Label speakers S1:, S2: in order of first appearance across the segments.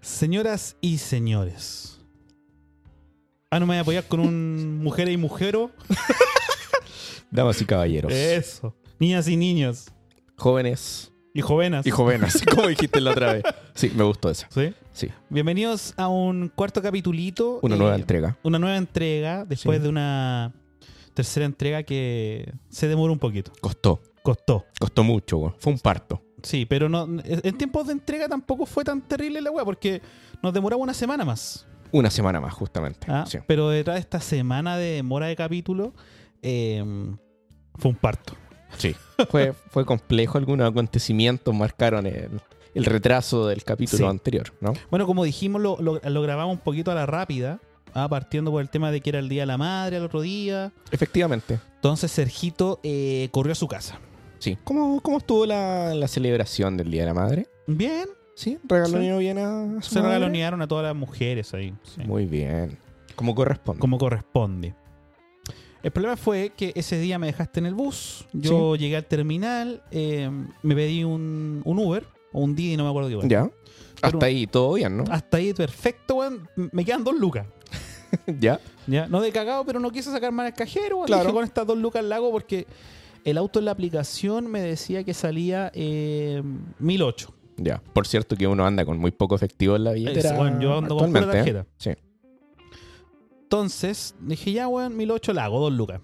S1: Señoras y señores. Ah, no me voy a apoyar con un mujeres y mujero.
S2: Damas y caballeros.
S1: Eso. Niñas y niños.
S2: Jóvenes
S1: Y jovenas.
S2: y jóvenes, como dijiste la otra vez. Sí, me gustó esa.
S1: ¿Sí?
S2: Sí,
S1: Bienvenidos a un cuarto capitulito.
S2: una
S1: eh,
S2: nueva entrega.
S1: Una nueva entrega después
S2: Sí.
S1: de una tercera entrega que se demoró un poquito.
S2: Costó,
S1: Costó.
S2: costó mucho, weón. Fue un parto.
S1: Sí, pero no en tiempos de entrega tampoco fue tan terrible la weá porque nos demoraba una semana más.
S2: Una semana más, justamente.
S1: ¿ah?
S2: Sí.
S1: Pero detrás de esta semana de demora de capítulo eh, fue un parto.
S2: Sí. Fue, fue complejo, algunos acontecimientos marcaron el, el retraso del
S1: Sí.
S2: capítulo anterior, ¿no?
S1: Bueno, como dijimos, lo, lo- lo grabamos un poquito a la rápida, ah, partiendo por el tema de que era el Día de la Madre el otro día.
S2: Efectivamente.
S1: Entonces Sergito eh, corrió a su casa.
S2: Sí. ¿Cómo, cómo estuvo la, la celebración del Día de la Madre?
S1: Bien,
S2: Sí, regaloneó bien a a su
S1: se
S2: madre?
S1: regalonearon a todas las mujeres ahí. sí.
S2: Muy bien. Como corresponde.
S1: como corresponde. El problema fue que ese día me dejaste en el bus, yo llegué al terminal, eh, me pedí un, un Uber o un Didi, no me acuerdo qué. weón.
S2: Ya. Hasta
S1: Pero-
S2: ahí todo bien, ¿no?
S1: Hasta ahí perfecto, weón. Me quedan dos lucas.
S2: ya.
S1: ¿ya? No de cagado, pero no quise sacar más el cajero. weón.
S2: Claro.
S1: Dije, con estas dos lucas al hago porque el auto en la aplicación me decía que salía eh, 1008.
S2: Ya. Por cierto que uno anda con muy poco efectivo en la billetera.
S1: Eso, weón, yo ando con pura
S2: este actualmente, ¿eh?
S1: tarjeta.
S2: Sí.
S1: Entonces dije, ya, weón, 1008 la hago, dos lucas.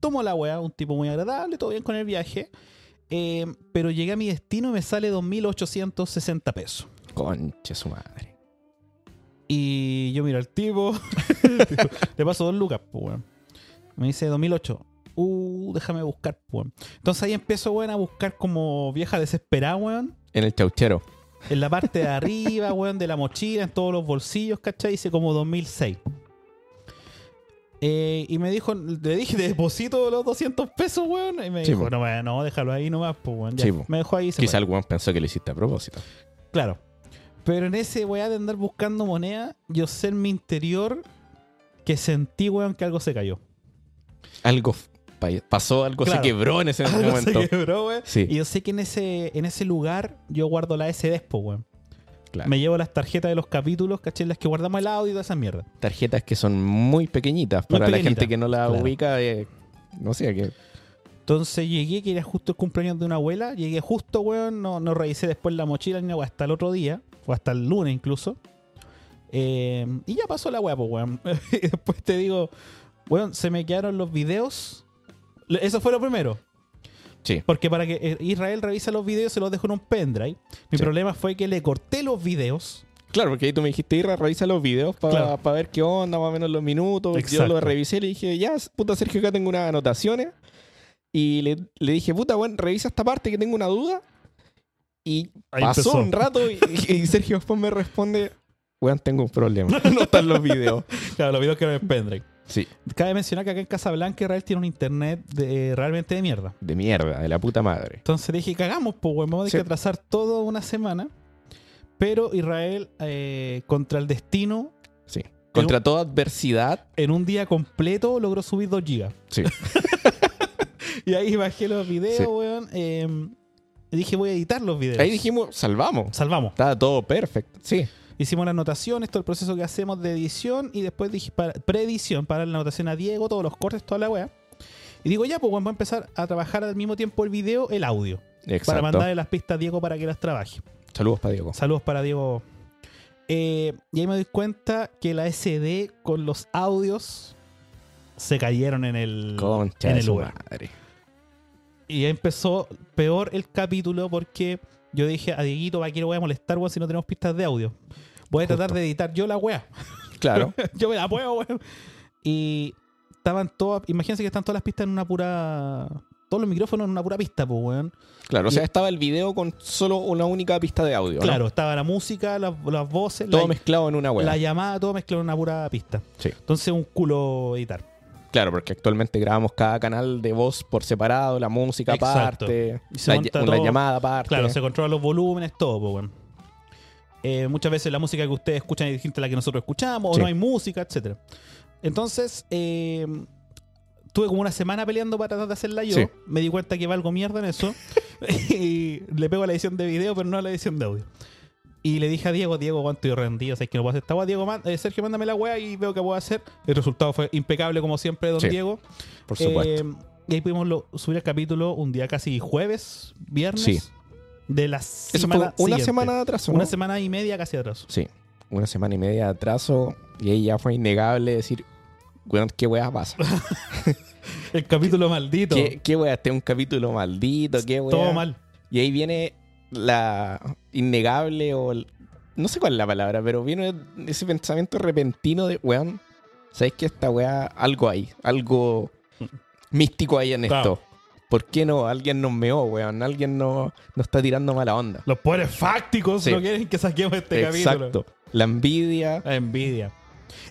S1: Tomo la weá, un tipo muy agradable, todo bien con el viaje. eh, pero llegué a mi destino y me sale 2.860 pesos.
S2: Conche su madre.
S1: Y yo miro al tipo, le paso dos lucas, pues, weón. Me dice 2008. Uh, déjame buscar, pues, weón. Entonces ahí empiezo, weón, a buscar como vieja desesperada, weón.
S2: En el chauchero.
S1: En la parte de arriba, weón, de la mochila, en todos los bolsillos, ¿cachai? Hice como 2006. Eh, y me dijo, le dije, te deposito los 200 pesos, weón. Y me
S2: Sí,
S1: dijo,
S2: po.
S1: no, weón, no, déjalo ahí nomás, pues, weón. Ya.
S2: Sí, po.
S1: me dejó ahí. y se
S2: Quizá
S1: fue.
S2: el weón pensó que lo hiciste a propósito.
S1: Claro. Pero en ese weá de andar buscando moneda, yo sé en mi interior que sentí, weón, que algo se cayó.
S2: Algo f- pa- pasó, algo
S1: Claro.
S2: se quebró en ese
S1: Algo se
S2: momento.
S1: quebró, weón.
S2: Sí.
S1: Y yo sé que en ese, en ese lugar yo guardo la S despo, weón.
S2: Claro.
S1: Me llevo las tarjetas de los capítulos, caché, las que guardamos el audio y toda esa mierda.
S2: Tarjetas que son muy pequeñitas
S1: Muy
S2: para la
S1: pequeñitas,
S2: gente que no la
S1: claro.
S2: ubica. eh, no sé, que
S1: Entonces llegué, que era justo el cumpleaños de una abuela. Llegué justo, weón. No, no revisé después la mochila ni nada, hasta el otro día. O hasta el lunes incluso. Eh, y ya pasó la weá, pues, weón. y después te digo, weón, se me quedaron los videos. Lo- Eso fue lo primero.
S2: Sí.
S1: Porque para que eh, Israel revise los videos, se los dejo en un pendrive. Mi
S2: Sí.
S1: problema fue que le corté los videos.
S2: Claro, porque ahí tú me dijiste, Irra, revisa los videos para
S1: Claro.
S2: ver qué onda, más o menos los minutos.
S1: Exacto.
S2: Yo los revisé y le dije, ya, puta Sergio, acá tengo unas anotaciones. Y le, le dije, puta, bueno, revisa esta parte que tengo una duda. Y
S1: Ahí
S2: pasó
S1: empezó.
S2: un rato y, y Sergio después me responde, weón, tengo un problema. No están los videos.
S1: Claro, los videos que eran en pendrive.
S2: Sí,
S1: Cabe mencionar que acá en Casablanca Israel tiene un internet de- realmente de mierda.
S2: de mierda, de la puta madre.
S1: Entonces dije, cagamos, pues, weón, vamos a tener
S2: Sí.
S1: que atrasar todo una semana. Pero Israel, eh, contra el destino,
S2: Sí. Contra toda adversidad.
S1: en un día completo logró subir 2 gigas.
S2: Sí.
S1: Y ahí bajé los videos,
S2: Sí.
S1: weón. eh, y dije, voy a editar los videos.
S2: Ahí dijimos, salvamos.
S1: Salvamos.
S2: Estaba todo perfecto. Sí.
S1: Hicimos la anotación, esto es el proceso que hacemos de edición y después dije para- preedición para la anotación a Diego, todos los cortes, toda la weá. Y digo, ya, pues weón, voy a empezar a trabajar al mismo tiempo el video, el audio. Para
S2: Exacto.
S1: mandarle las pistas a Diego para que las trabaje.
S2: Saludos para Diego.
S1: Saludos para Diego. Eh, y ahí me doy cuenta que la SD con los audios se cayeron en el,
S2: Concha
S1: en
S2: de
S1: el
S2: su
S1: Uber.
S2: madre.
S1: Y ahí empezó peor el capítulo porque yo dije a Dieguito, va que lo voy a molestar, weón, si no tenemos pistas de audio. Voy a tratar
S2: Justo.
S1: de editar yo la wea.
S2: Claro.
S1: yo me la puedo, weón. Y estaban todas, imagínense que están todas las pistas en una pura. Todos los micrófonos en una pura pista, pues, weón.
S2: Claro, o sea, estaba el video con solo una única pista de audio. ¿no?
S1: Claro, estaba la música, las, las voces,
S2: Todo
S1: la,
S2: mezclado en una web.
S1: la llamada, todo mezclado en una pura pista.
S2: Sí.
S1: Entonces un culo editar.
S2: Claro, porque actualmente grabamos cada canal de voz por separado, la música
S1: Exacto.
S2: aparte,
S1: Y se
S2: la,
S1: monta
S2: ll- una
S1: todo.
S2: llamada aparte.
S1: Claro, se controlan los volúmenes, todo, pues, weón. Eh, muchas veces la música que ustedes escuchan es distinta a la que nosotros escuchamos,
S2: Sí.
S1: o no hay música, etcétera. Entonces, eh, tuve como una semana peleando para tratar de hacerla yo.
S2: Sí.
S1: Me di cuenta que valgo mierda en eso. y le pego a la edición de video, pero no a la edición de audio. Y le dije a Diego, Diego, weón, estoy rendido, sabes que no puedo hacer esta weá. Diego, man- eh, Sergio, mándame la weá y veo qué puedo hacer. El resultado fue impecable, como siempre, don
S2: Sí.
S1: Diego.
S2: Por supuesto.
S1: Eh, y ahí pudimos lo- subir el capítulo un día casi jueves, viernes.
S2: Sí.
S1: De la
S2: Eso fue
S1: semana
S2: una
S1: siguiente.
S2: semana de atraso.
S1: Una
S2: ¿no?
S1: semana y media casi atrás.
S2: Sí, una semana y media de atraso. Y ahí ya fue innegable decir, weón, qué weá pasa.
S1: El capítulo maldito.
S2: ¿Qué, qué weá, este es un capítulo maldito, qué weá.
S1: Todo mal.
S2: Y ahí viene la innegable o... el- No sé cuál es la palabra, pero viene ese pensamiento repentino de, weón, ¿sabes que esta weá, algo hay, algo místico hay en
S1: Claro.
S2: esto? ¿Por qué no? Alguien nos meó, weón, alguien nos nos está tirando mala onda.
S1: Los poderes fácticos
S2: Sí.
S1: no quieren que saquemos este capítulo.
S2: Exacto. La envidia.
S1: La envidia.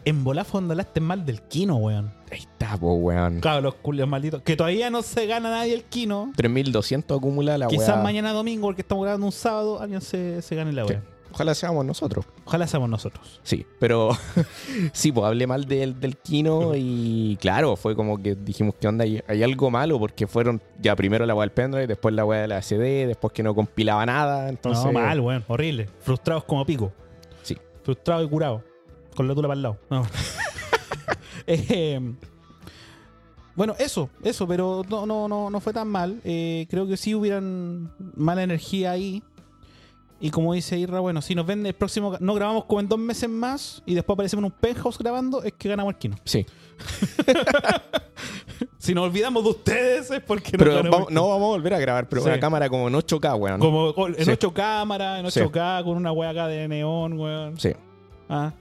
S1: En bola fondalaste mal del Kino, weón.
S2: Ahí está, po, weón.
S1: Claro, los culios malditos. Que todavía no se gana nadie el Kino.
S2: 3200 acumula la
S1: Quizás
S2: weá.
S1: mañana domingo, porque estamos grabando un sábado, alguien se, se gane la
S2: Sí.
S1: weá.
S2: Ojalá seamos nosotros.
S1: Ojalá seamos nosotros.
S2: Sí, pero sí, pues hablé mal del, del Kino y claro, fue como que dijimos que onda, hay, hay algo malo porque fueron ya primero la weá del pendrive, después la weá de la CD, después que no compilaba nada, entonces...
S1: no, mal, weón. Horrible. Frustrados como pico.
S2: Sí.
S1: Frustrados y curados. Con la tula para el lado. No. Eh, bueno, eso, eso, pero no, no, no, no fue tan mal. Eh, creo que sí hubieran mala energía ahí. Y como dice Irra, bueno, si nos ven el próximo, no grabamos como en dos meses más y después aparecemos en un penthouse grabando, es que ganamos el kino.
S2: Sí,
S1: Si nos olvidamos de ustedes es porque no
S2: pero
S1: ganamos el
S2: vamos-
S1: Kino.
S2: no vamos a volver a grabar, pero
S1: Sí.
S2: una cámara como en 8K, weón.
S1: Como col- en
S2: Sí.
S1: ocho cámaras, en
S2: Sí.
S1: 8K, con una wea acá de neón, weón.
S2: Sí,
S1: Ah,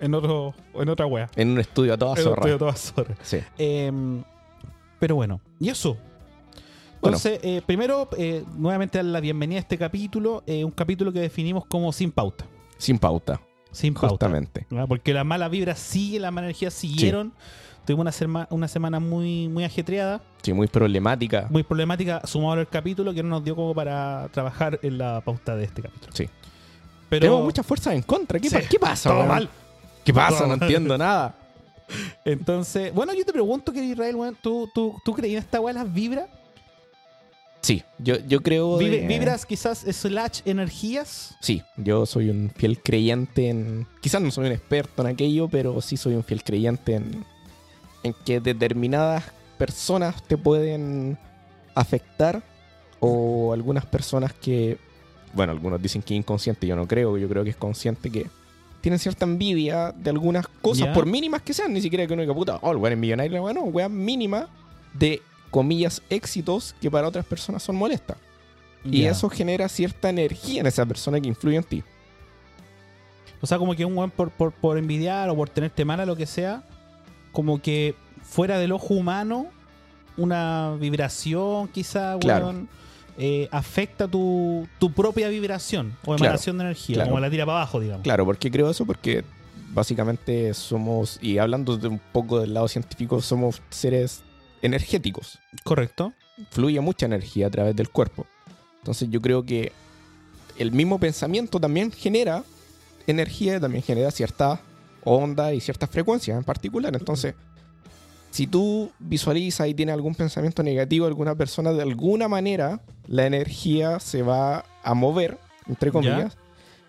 S1: en, otro, en otra wea.
S2: en un estudio a toda
S1: En
S2: zorra.
S1: otro- toda zorra.
S2: Sí.
S1: Em, pero bueno, y eso.
S2: Bueno.
S1: Entonces, eh, primero, eh, nuevamente dar la bienvenida a este capítulo, eh, un capítulo que definimos como sin pauta.
S2: Sin pauta,
S1: Sin pauta.
S2: justamente.
S1: ¿verdad? Porque las malas vibras sigue, las malas energías siguieron. Tuvimos una, serma- una semana muy, muy ajetreada,
S2: Sí, muy problemática.
S1: muy problemática, sumado al capítulo, que no nos dio como para trabajar en la pauta de este capítulo.
S2: Sí.
S1: Pero
S2: Tenemos muchas fuerzas en contra. ¿Qué,
S1: Sí.
S2: pa- qué pasa,
S1: todo
S2: weón?
S1: mal.
S2: ¿Qué pasa?
S1: Todo
S2: no
S1: mal.
S2: entiendo nada.
S1: Entonces, bueno, yo te pregunto, que Israel, weón, ¿tú, tú, ¿tú creí en esta weá de las vibras?
S2: Sí, yo, yo creo...
S1: Vib-
S2: de-
S1: Vibras quizás slash energías.
S2: Sí, yo soy un fiel creyente en. Quizás no soy un experto en aquello, pero sí soy un fiel creyente en. En que determinadas personas te pueden afectar. O algunas personas que. Bueno, algunos dicen que es inconsciente, yo no creo, yo creo que es consciente que. Tienen cierta envidia de algunas cosas,
S1: Ya.
S2: por mínimas que sean, ni siquiera que uno diga puta, oh, el weón es millonario, bueno, weón mínima de comillas éxitos que para otras personas son molestas. Y
S1: Ya.
S2: eso genera cierta energía en esa persona que influye en ti.
S1: O sea, como que un weón por, por, por envidiar o por tenerte mala, lo que sea, como que fuera del ojo humano, una vibración quizás,
S2: Claro.
S1: weón, eh, afecta tu, tu propia vibración o
S2: Claro,
S1: emanación de energía,
S2: claro.
S1: como la tira para abajo, digamos.
S2: Claro, ¿por qué creo eso? Porque básicamente somos, y hablando de un poco del lado científico, somos seres energéticos.
S1: Correcto.
S2: Fluye mucha energía a través del cuerpo. Entonces yo creo que el mismo pensamiento también genera energía, también genera cierta onda y ciertas frecuencias en particular. Entonces, si tú visualizas y tienes algún pensamiento negativo de alguna persona, de alguna manera la energía se va a mover, entre comillas,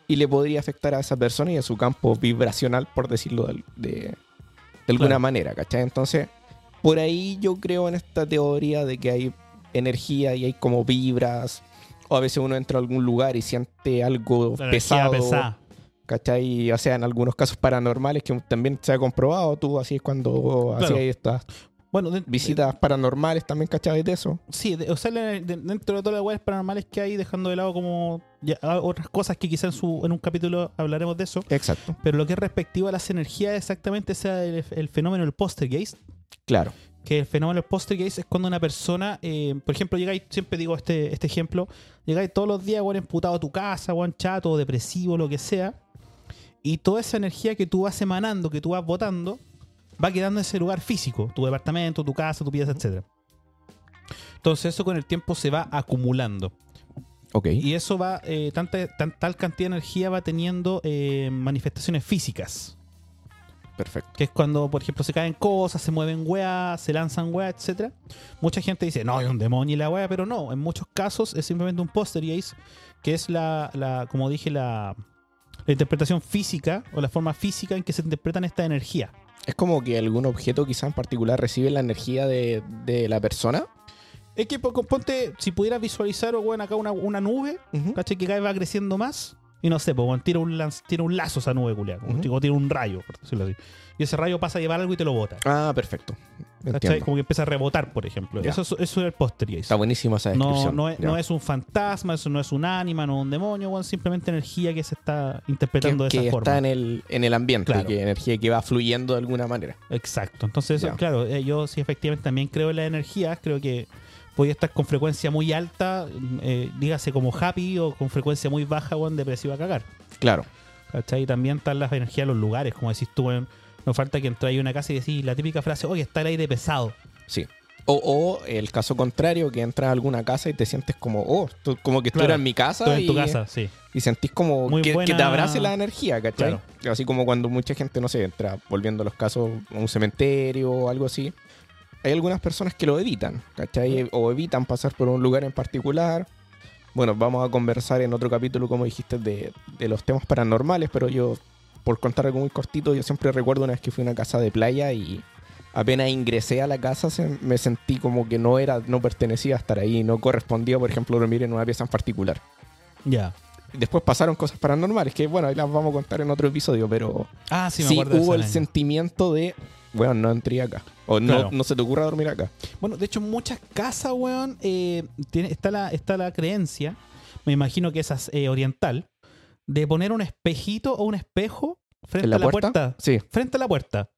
S2: y le podría afectar a esa persona y a su campo vibracional, por decirlo de, de- de alguna
S1: Claro.
S2: manera, ¿cachai? Entonces, por ahí yo creo en esta teoría de que hay energía y hay como vibras, o a veces uno entra a algún lugar y siente algo
S1: La energía
S2: pesado.
S1: pesada.
S2: ¿Cachai? O sea, en algunos casos paranormales que también se ha comprobado, tú así es cuando
S1: Claro.
S2: hacías estas
S1: Bueno, de-
S2: visitas paranormales también, ¿cachai? De eso.
S1: Sí, de- o sea, la- de- dentro de todas las weas paranormales que hay, dejando de lado como ya- ah, otras cosas que quizás en, su- en un capítulo hablaremos de eso.
S2: Exacto.
S1: Pero lo que es respectivo a las energías, exactamente sea el, el fenómeno del poltergeist.
S2: Claro.
S1: Que el fenómeno del poltergeist es cuando una persona, eh, por ejemplo, llegáis, siempre digo este, este ejemplo, llegáis todos los días, weón, emputado a tu casa, weón, chato, depresivo, lo que sea. Y toda esa energía que tú vas emanando, que tú vas botando, va quedando en ese lugar físico, tu departamento, tu casa, tu pieza, etc. Entonces eso con el tiempo se va acumulando.
S2: Ok.
S1: Y eso va, eh, tanta, tan- tal cantidad de energía va teniendo eh, manifestaciones físicas.
S2: Perfecto.
S1: Que es cuando, por ejemplo, se caen cosas, se mueven weas, se lanzan weas, etc. Mucha gente dice, no, es un demonio y la wea, pero no. En muchos casos es simplemente un poster que es la, la como dije, la, la interpretación física o la forma física en que se interpretan esta energía.
S2: Es como que algún objeto quizá en particular recibe la energía de, de la persona.
S1: Es que po- ponte, si pudieras visualizar, o acá una, una nube, ¿cachai? Que cada vez va creciendo más. Y no sé, pues, weón, tira, un lanz- tira un lazo esa nube, culiao, como
S2: Ujú.
S1: tipo, tira un rayo, por decirlo así. Y ese rayo pasa a llevar algo y te lo bota.
S2: Ah, perfecto.
S1: ¿cachai?
S2: Entiendo.
S1: Como que empieza a rebotar, por ejemplo.
S2: Ya.
S1: Eso, es- eso es el póster, Jason.
S2: Está buenísima esa
S1: No,
S2: descripción.
S1: no, es,
S2: Ya.
S1: no es un fantasma, eso no es un ánima, no es un demonio, weón, simplemente energía que se está
S2: que,
S1: interpretando
S2: que
S1: de esa forma.
S2: está en el, en el ambiente,
S1: Claro.
S2: que energía que va fluyendo de alguna manera.
S1: Exacto. Entonces, eso,
S2: Ya.
S1: claro, eh, yo sí efectivamente también creo en las energías. Creo que podía estar con frecuencia muy alta, eh, dígase como happy, o con frecuencia muy baja, weón, depresiva a cagar.
S2: Claro.
S1: ¿Cachai? Y también están las energías de los lugares, como decís tú, weón. No falta que entráis a una casa y decís la típica frase, oye, está el aire pesado.
S2: Sí. O, o el caso contrario, que entras a alguna casa y te sientes como, oh, tú- como que
S1: Claro,
S2: estuviera en mi casa.
S1: Estoy
S2: y,
S1: en tu casa, sí.
S2: y sentís como
S1: Muy
S2: que, que te
S1: buena-
S2: abrace la energía, ¿cachai? Así como cuando mucha gente, no sé, entra, volviendo a los casos, a un cementerio o algo así. Hay algunas personas que lo evitan,
S1: Mm.
S2: ¿cachai? O evitan pasar por un lugar en particular. Bueno, vamos a conversar en otro capítulo, como dijiste, de, de los temas paranormales, pero yo, por contar algo muy cortito, yo siempre recuerdo una vez que fui a una casa de playa y apenas ingresé a la casa se- me sentí como que no era, no pertenecía a estar ahí, no correspondía, por ejemplo, dormir en una pieza en particular.
S1: Ya.
S2: Después pasaron cosas paranormales, que bueno, ahí las vamos a contar en otro episodio, pero
S1: Ah, sí,
S2: sí,
S1: me acuerdo de
S2: hubo
S1: esa
S2: el
S1: araña.
S2: sentimiento de, bueno, no entré acá. O no,
S1: Claro.
S2: no se te ocurra dormir acá.
S1: Bueno, de hecho, en muchas casas, weón, eh, tiene- está, la, está la creencia, me imagino que esa es eh, oriental, de poner un espejito o un espejo frente
S2: ¿En la
S1: a la
S2: puerta?
S1: puerta?
S2: Sí,
S1: Frente a la puerta.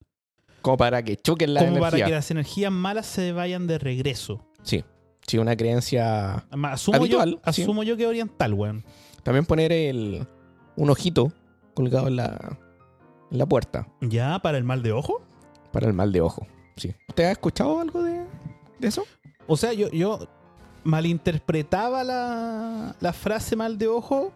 S2: como para que choquen la
S1: como para
S2: energía.
S1: que las energías malas se vayan de regreso.
S2: Sí, sí, una creencia.
S1: Ama- Asumo,
S2: Habitual,
S1: yo,
S2: sí.
S1: asumo yo que oriental, weón.
S2: También poner el, un ojito colgado en la, en la puerta
S1: ¿Ya? ¿Para el mal de ojo?
S2: para el mal de ojo. Sí. ¿Usted ha escuchado algo de, de eso?
S1: O sea, yo, yo malinterpretaba la, la frase mal de ojo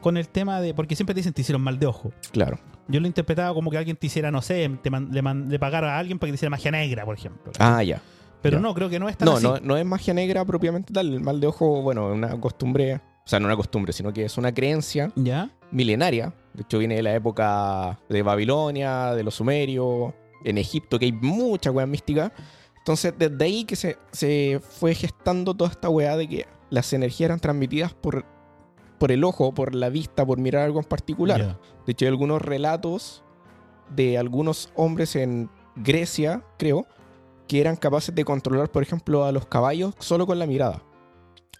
S1: con el tema de. Porque siempre te dicen te hicieron mal de ojo.
S2: Claro.
S1: Yo lo interpretaba como que alguien te hiciera, no sé, te man- le, man- le pagara a alguien para que te hiciera magia negra, por ejemplo.
S2: Ah, ya.
S1: Pero
S2: ya.
S1: no, creo que no es tan
S2: No,
S1: así.
S2: no, no es magia negra propiamente tal. El mal de ojo, bueno, es una costumbre. O sea, no una costumbre, sino que es una creencia
S1: ¿Ya?
S2: milenaria. De hecho, viene de la época de Babilonia, de los sumerios, en Egipto, que hay mucha weá mística. Entonces, desde ahí que se, se fue gestando toda esta weá de que las energías eran transmitidas por, por el ojo, por la vista, por mirar algo en particular.
S1: Ya.
S2: De hecho, hay algunos relatos de algunos hombres en Grecia, creo, que eran capaces de controlar, por ejemplo, a los caballos solo con la mirada.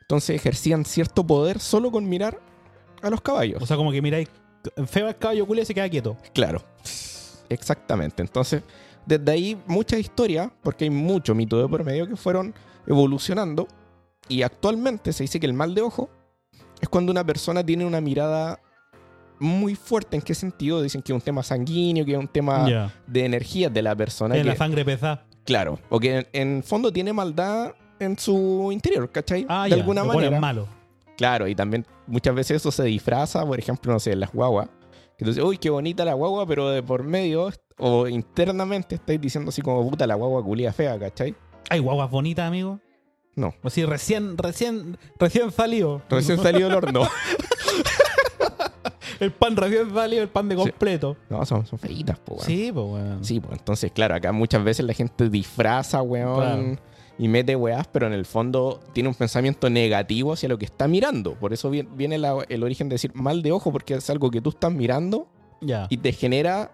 S2: Entonces ejercían cierto poder solo con mirar a los caballos.
S1: O sea, como que miráis feo al caballo culo y se queda quieto.
S2: Claro. Exactamente. Entonces, desde ahí muchas historias, porque hay mucho mito de por medio que fueron evolucionando. Y actualmente se dice que el mal de ojo es cuando una persona tiene una mirada muy fuerte. ¿En qué sentido? Dicen que es un tema sanguíneo, que es un tema
S1: ya.
S2: de energía de la persona.
S1: En la
S2: Ah, que-
S1: sangre pesada.
S2: claro. O que en, en fondo tiene maldad en su interior, ¿cachai?
S1: Ah,
S2: de
S1: ya.
S2: alguna
S1: lo ponen
S2: manera.
S1: malo.
S2: Claro, y también muchas veces eso se disfraza, por ejemplo, no sé, en las guaguas. Entonces, uy, qué bonita la guagua, pero de por medio o internamente estáis diciendo así como puta la guagua culia fea, ¿cachai?
S1: Hay guaguas bonitas, amigo.
S2: No.
S1: O sea, recién, recién, recién salido.
S2: Recién salido del horno.
S1: El pan recién salido, el pan de completo.
S2: No, son, son feitas, po, weón. Sí.
S1: Sí, pues, weón.
S2: pues entonces, claro, acá muchas veces la gente disfraza, weón, y mete weás, pero en el fondo tiene un pensamiento negativo hacia lo que está mirando. Por eso vi- viene la- el origen de decir mal de ojo, porque es algo que tú estás mirando
S1: Ya.
S2: y te genera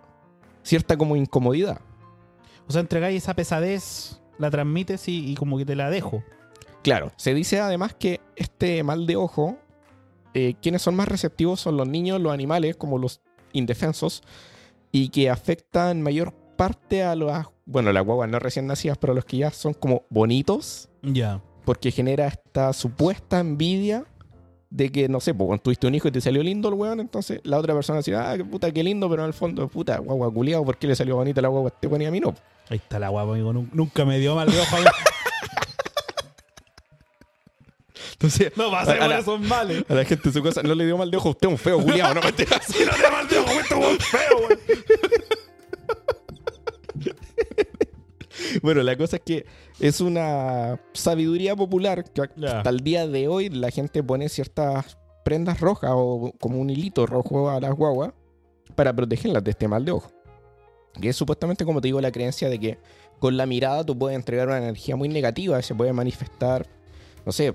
S2: cierta como incomodidad.
S1: O sea, entregáis esa pesadez, la transmites y, y como que te la dejo.
S2: Claro, se dice además que este mal de ojo, eh, quienes son más receptivos son los niños, los animales, como los indefensos, y que afecta en mayor parte a los, bueno, las guaguas no recién nacidas, pero los que ya son como bonitos,
S1: Ya.
S2: porque genera esta supuesta envidia de que, no sé, pues cuando tuviste un hijo y te salió lindo el weón, entonces la otra persona decía, ah, qué puta, qué lindo, pero en el fondo, puta, guagua culiao, ¿por qué le salió bonita la guagua a este weón y a mí no?
S1: Ahí está la guapa, amigo. Nun- Nunca me dio mal de ojo.
S2: Entonces,
S1: no va a
S2: A
S1: ser
S2: la-
S1: por esos males.
S2: A la gente en su casa no le dio mal de ojo. Usted es un feo, Julián. No mentira. Sí, no le dio mal de ojo. Usted es un feo, güey. Bueno, la cosa es que es una sabiduría popular que
S1: Ya.
S2: hasta el día de hoy la gente pone ciertas prendas rojas o como un hilito rojo a las guaguas para protegerlas de este mal de ojo. Que es supuestamente, como te digo, la creencia de que con la mirada tú puedes entregar una energía muy negativa, se puede manifestar, no sé,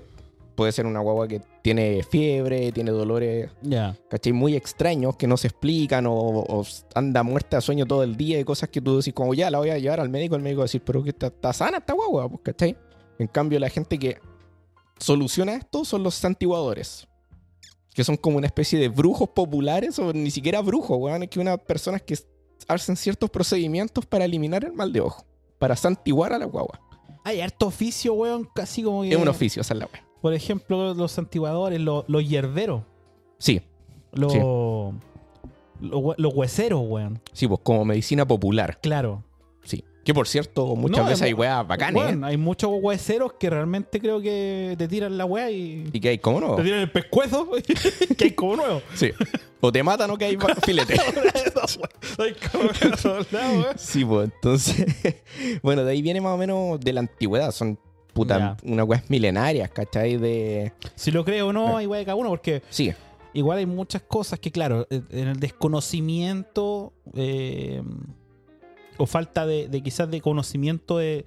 S2: puede ser una guagua que tiene fiebre, tiene dolores,
S1: Ya.
S2: ¿cachai? Muy extraños que no se explican o, o anda muerta de sueño todo el día y cosas que tú decís como ya la voy a llevar al médico, el médico va a decir, pero que está, está sana esta guagua, pues, ¿cachai? En cambio, la gente que soluciona esto son los santiguadores. Que son como una especie de brujos populares o ni siquiera brujos, weón. Es que unas personas que hacen ciertos procedimientos para eliminar el mal de ojo. Para santiguar a la guagua.
S1: Hay harto oficio, weón, casi como que-
S2: Es un oficio, esa es la weá.
S1: Por ejemplo, los santiguadores, los, los hierderos,
S2: Sí,
S1: los,
S2: Sí.
S1: los, hue- los hueseros, weón.
S2: sí, pues como medicina popular.
S1: Claro.
S2: Sí. Que por cierto, muchas
S1: No,
S2: veces
S1: es-
S2: hay weas bacanes. ¿eh?
S1: Weón, hay muchos hueseros que realmente creo que te tiran la weá y,
S2: Y que hay, ¿cómo no?
S1: te tiran el pescuezo, que hay como nuevo.
S2: Sí. O te matan o que hay ba- filete.
S1: Hay como nuevo, ¿verdad, weón?
S2: Sí, pues entonces. Bueno, de ahí viene más o menos de la antigüedad. Son puta, unas weas milenarias, ¿cachai? De.
S1: Si lo creo o no, hay weá de cada uno, porque
S2: Sí,
S1: igual hay muchas cosas que, claro, eh, en el desconocimiento eh, o falta de, de quizás de conocimiento de,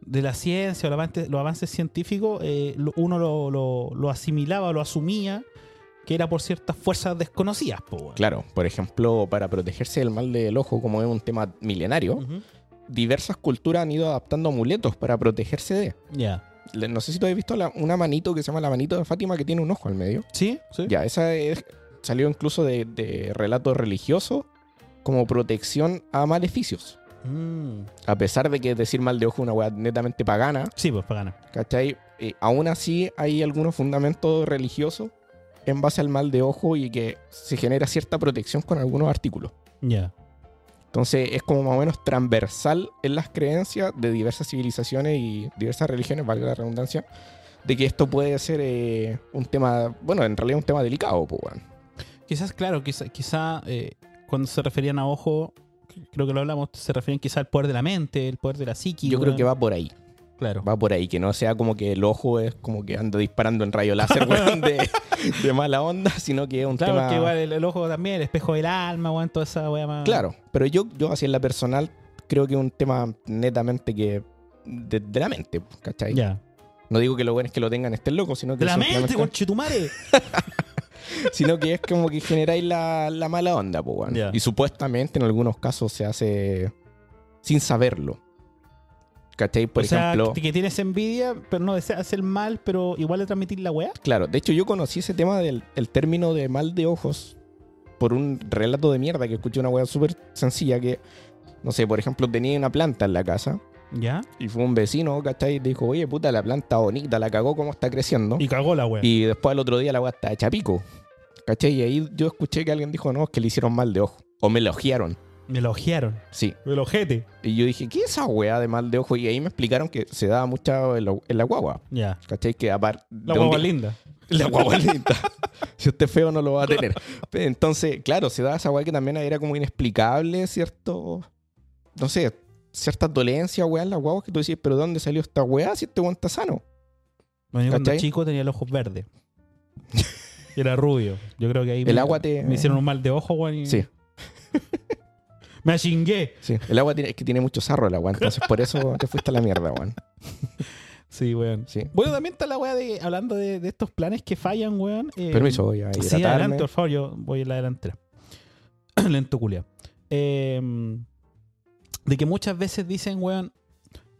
S1: de la ciencia o los avances, los avances científicos, eh, lo- uno lo, lo- lo asimilaba, lo asumía, que era por ciertas fuerzas desconocidas. po, weón.
S2: claro. Por ejemplo, para protegerse del mal del ojo, como es un tema milenario,
S1: Ujú.
S2: diversas culturas han ido adaptando amuletos para protegerse de.
S1: Ya.
S2: Le- No sé si tú has visto la- una manito que se llama la manito de Fátima que tiene un ojo al medio.
S1: ¿Sí? ¿Sí?
S2: Ya, esa es- salió incluso de, de relatos religiosos como protección a maleficios.
S1: Mm.
S2: A pesar de que decir mal de ojo es una weá netamente pagana,
S1: Sí, pues para ganar.
S2: ¿cachai? Eh, aún así hay algunos fundamentos religiosos en base al mal de ojo y que se genera cierta protección con algunos artículos.
S1: Ya.
S2: Entonces es como más o menos transversal en las creencias de diversas civilizaciones y diversas religiones, valga la redundancia, de que esto puede ser eh, un tema, bueno, en realidad un tema delicado, pues, weón.
S1: Quizás, claro, quizá, quizá eh, cuando se referían a ojo, creo que lo hablamos, se referían quizá al poder de la mente, el poder de la psiqui.
S2: Yo creo
S1: weón.
S2: que va por ahí.
S1: Claro.
S2: Va por ahí, que no sea como que el ojo es como que anda disparando en rayo láser, weón, de, de mala onda, sino que es un
S1: Claro,
S2: tema...
S1: que igual el, el ojo también, el espejo del alma, weón, toda esa weá más.
S2: Claro, pero yo, yo así en la personal creo que es un tema netamente que... De, de la mente, ¿cachai?
S1: Ya.
S2: No digo que lo bueno es que lo tengan estén locos, sino que...
S1: De la mente,
S2: simplemente-
S1: conchetumare.
S2: Sino que es como que generáis la, la mala onda, pues, weón.
S1: Ya.
S2: Y supuestamente en algunos casos se hace sin saberlo. ¿Cachai? Por
S1: o sea,
S2: ejemplo...
S1: que tienes envidia, pero no deseas hacer mal, pero igual de transmitir la weá.
S2: Claro, de hecho yo conocí ese tema del el término de mal de ojos por un relato de mierda que escuché una weá súper sencilla que, no sé, por ejemplo, tenía una planta en la casa
S1: Ya.
S2: y fue un vecino, ¿cachai? Y dijo, oye, puta, la planta bonita, la cagó, ¿cómo está creciendo?
S1: Y cagó la weá.
S2: Y después al otro día la weá está hecha pico, ¿cachai? Y ahí yo escuché que alguien dijo, no, es que le hicieron mal de ojo. O me elogiaron,
S1: Me elogiaron.
S2: sí.
S1: El ojete.
S2: Y yo dije, ¿qué es esa weá de mal de ojo? Y ahí me explicaron que se daba mucho en la, en la guagua,
S1: Ya.
S2: ¿cachai? Que aparte...
S1: La guagua linda.
S2: La guagualita. si usted es feo no lo va a tener. Entonces, claro, se da esa weá que también era como inexplicable, ¿cierto? No sé, ciertas dolencias, weá, en las guaguas que tú decís, pero ¿dónde salió esta weá si este weón está sano?
S1: Bueno, yo cuando
S2: ¿Cachai?
S1: chico tenía los ojos verdes. Y era rubio. Yo creo que ahí
S2: El
S1: me,
S2: agua te-
S1: me hicieron un mal de ojo, weón. y-
S2: Sí,
S1: Me achingué.
S2: sí. El agua tiene, es que tiene mucho sarro el agua, entonces por eso te fuiste a la mierda, weón.
S1: Sí, weón.
S2: Sí.
S1: Bueno, también está la weá de. Hablando de, de estos planes que fallan, weón. eh,
S2: Permiso, voy a
S1: Sí,
S2: hidratarme.
S1: adelante, por favor, yo voy en la delantera. Lento culia. de que muchas veces dicen, weón,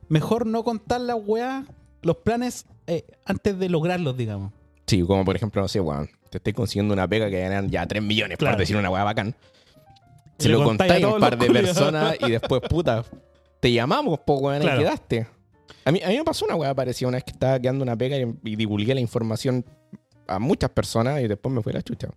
S1: mejor no contar las weas, los planes, eh, antes de lograrlos, digamos.
S2: Sí, como por ejemplo, no sé, weón, te estoy consiguiendo una pega que ganan ya 3 millones
S1: Claro.
S2: por decir una weá bacán.
S1: Y
S2: Se
S1: le
S2: lo
S1: contáis a
S2: contáis a
S1: todos
S2: un
S1: los
S2: par de
S1: culiados.
S2: personas y después, puta, te llamamos, po, weón,
S1: Claro.
S2: y quedaste. A mí, a mí me pasó una weá parecida una vez que estaba quedando una pega y, y divulgué la información a muchas personas y después me fue la chucha.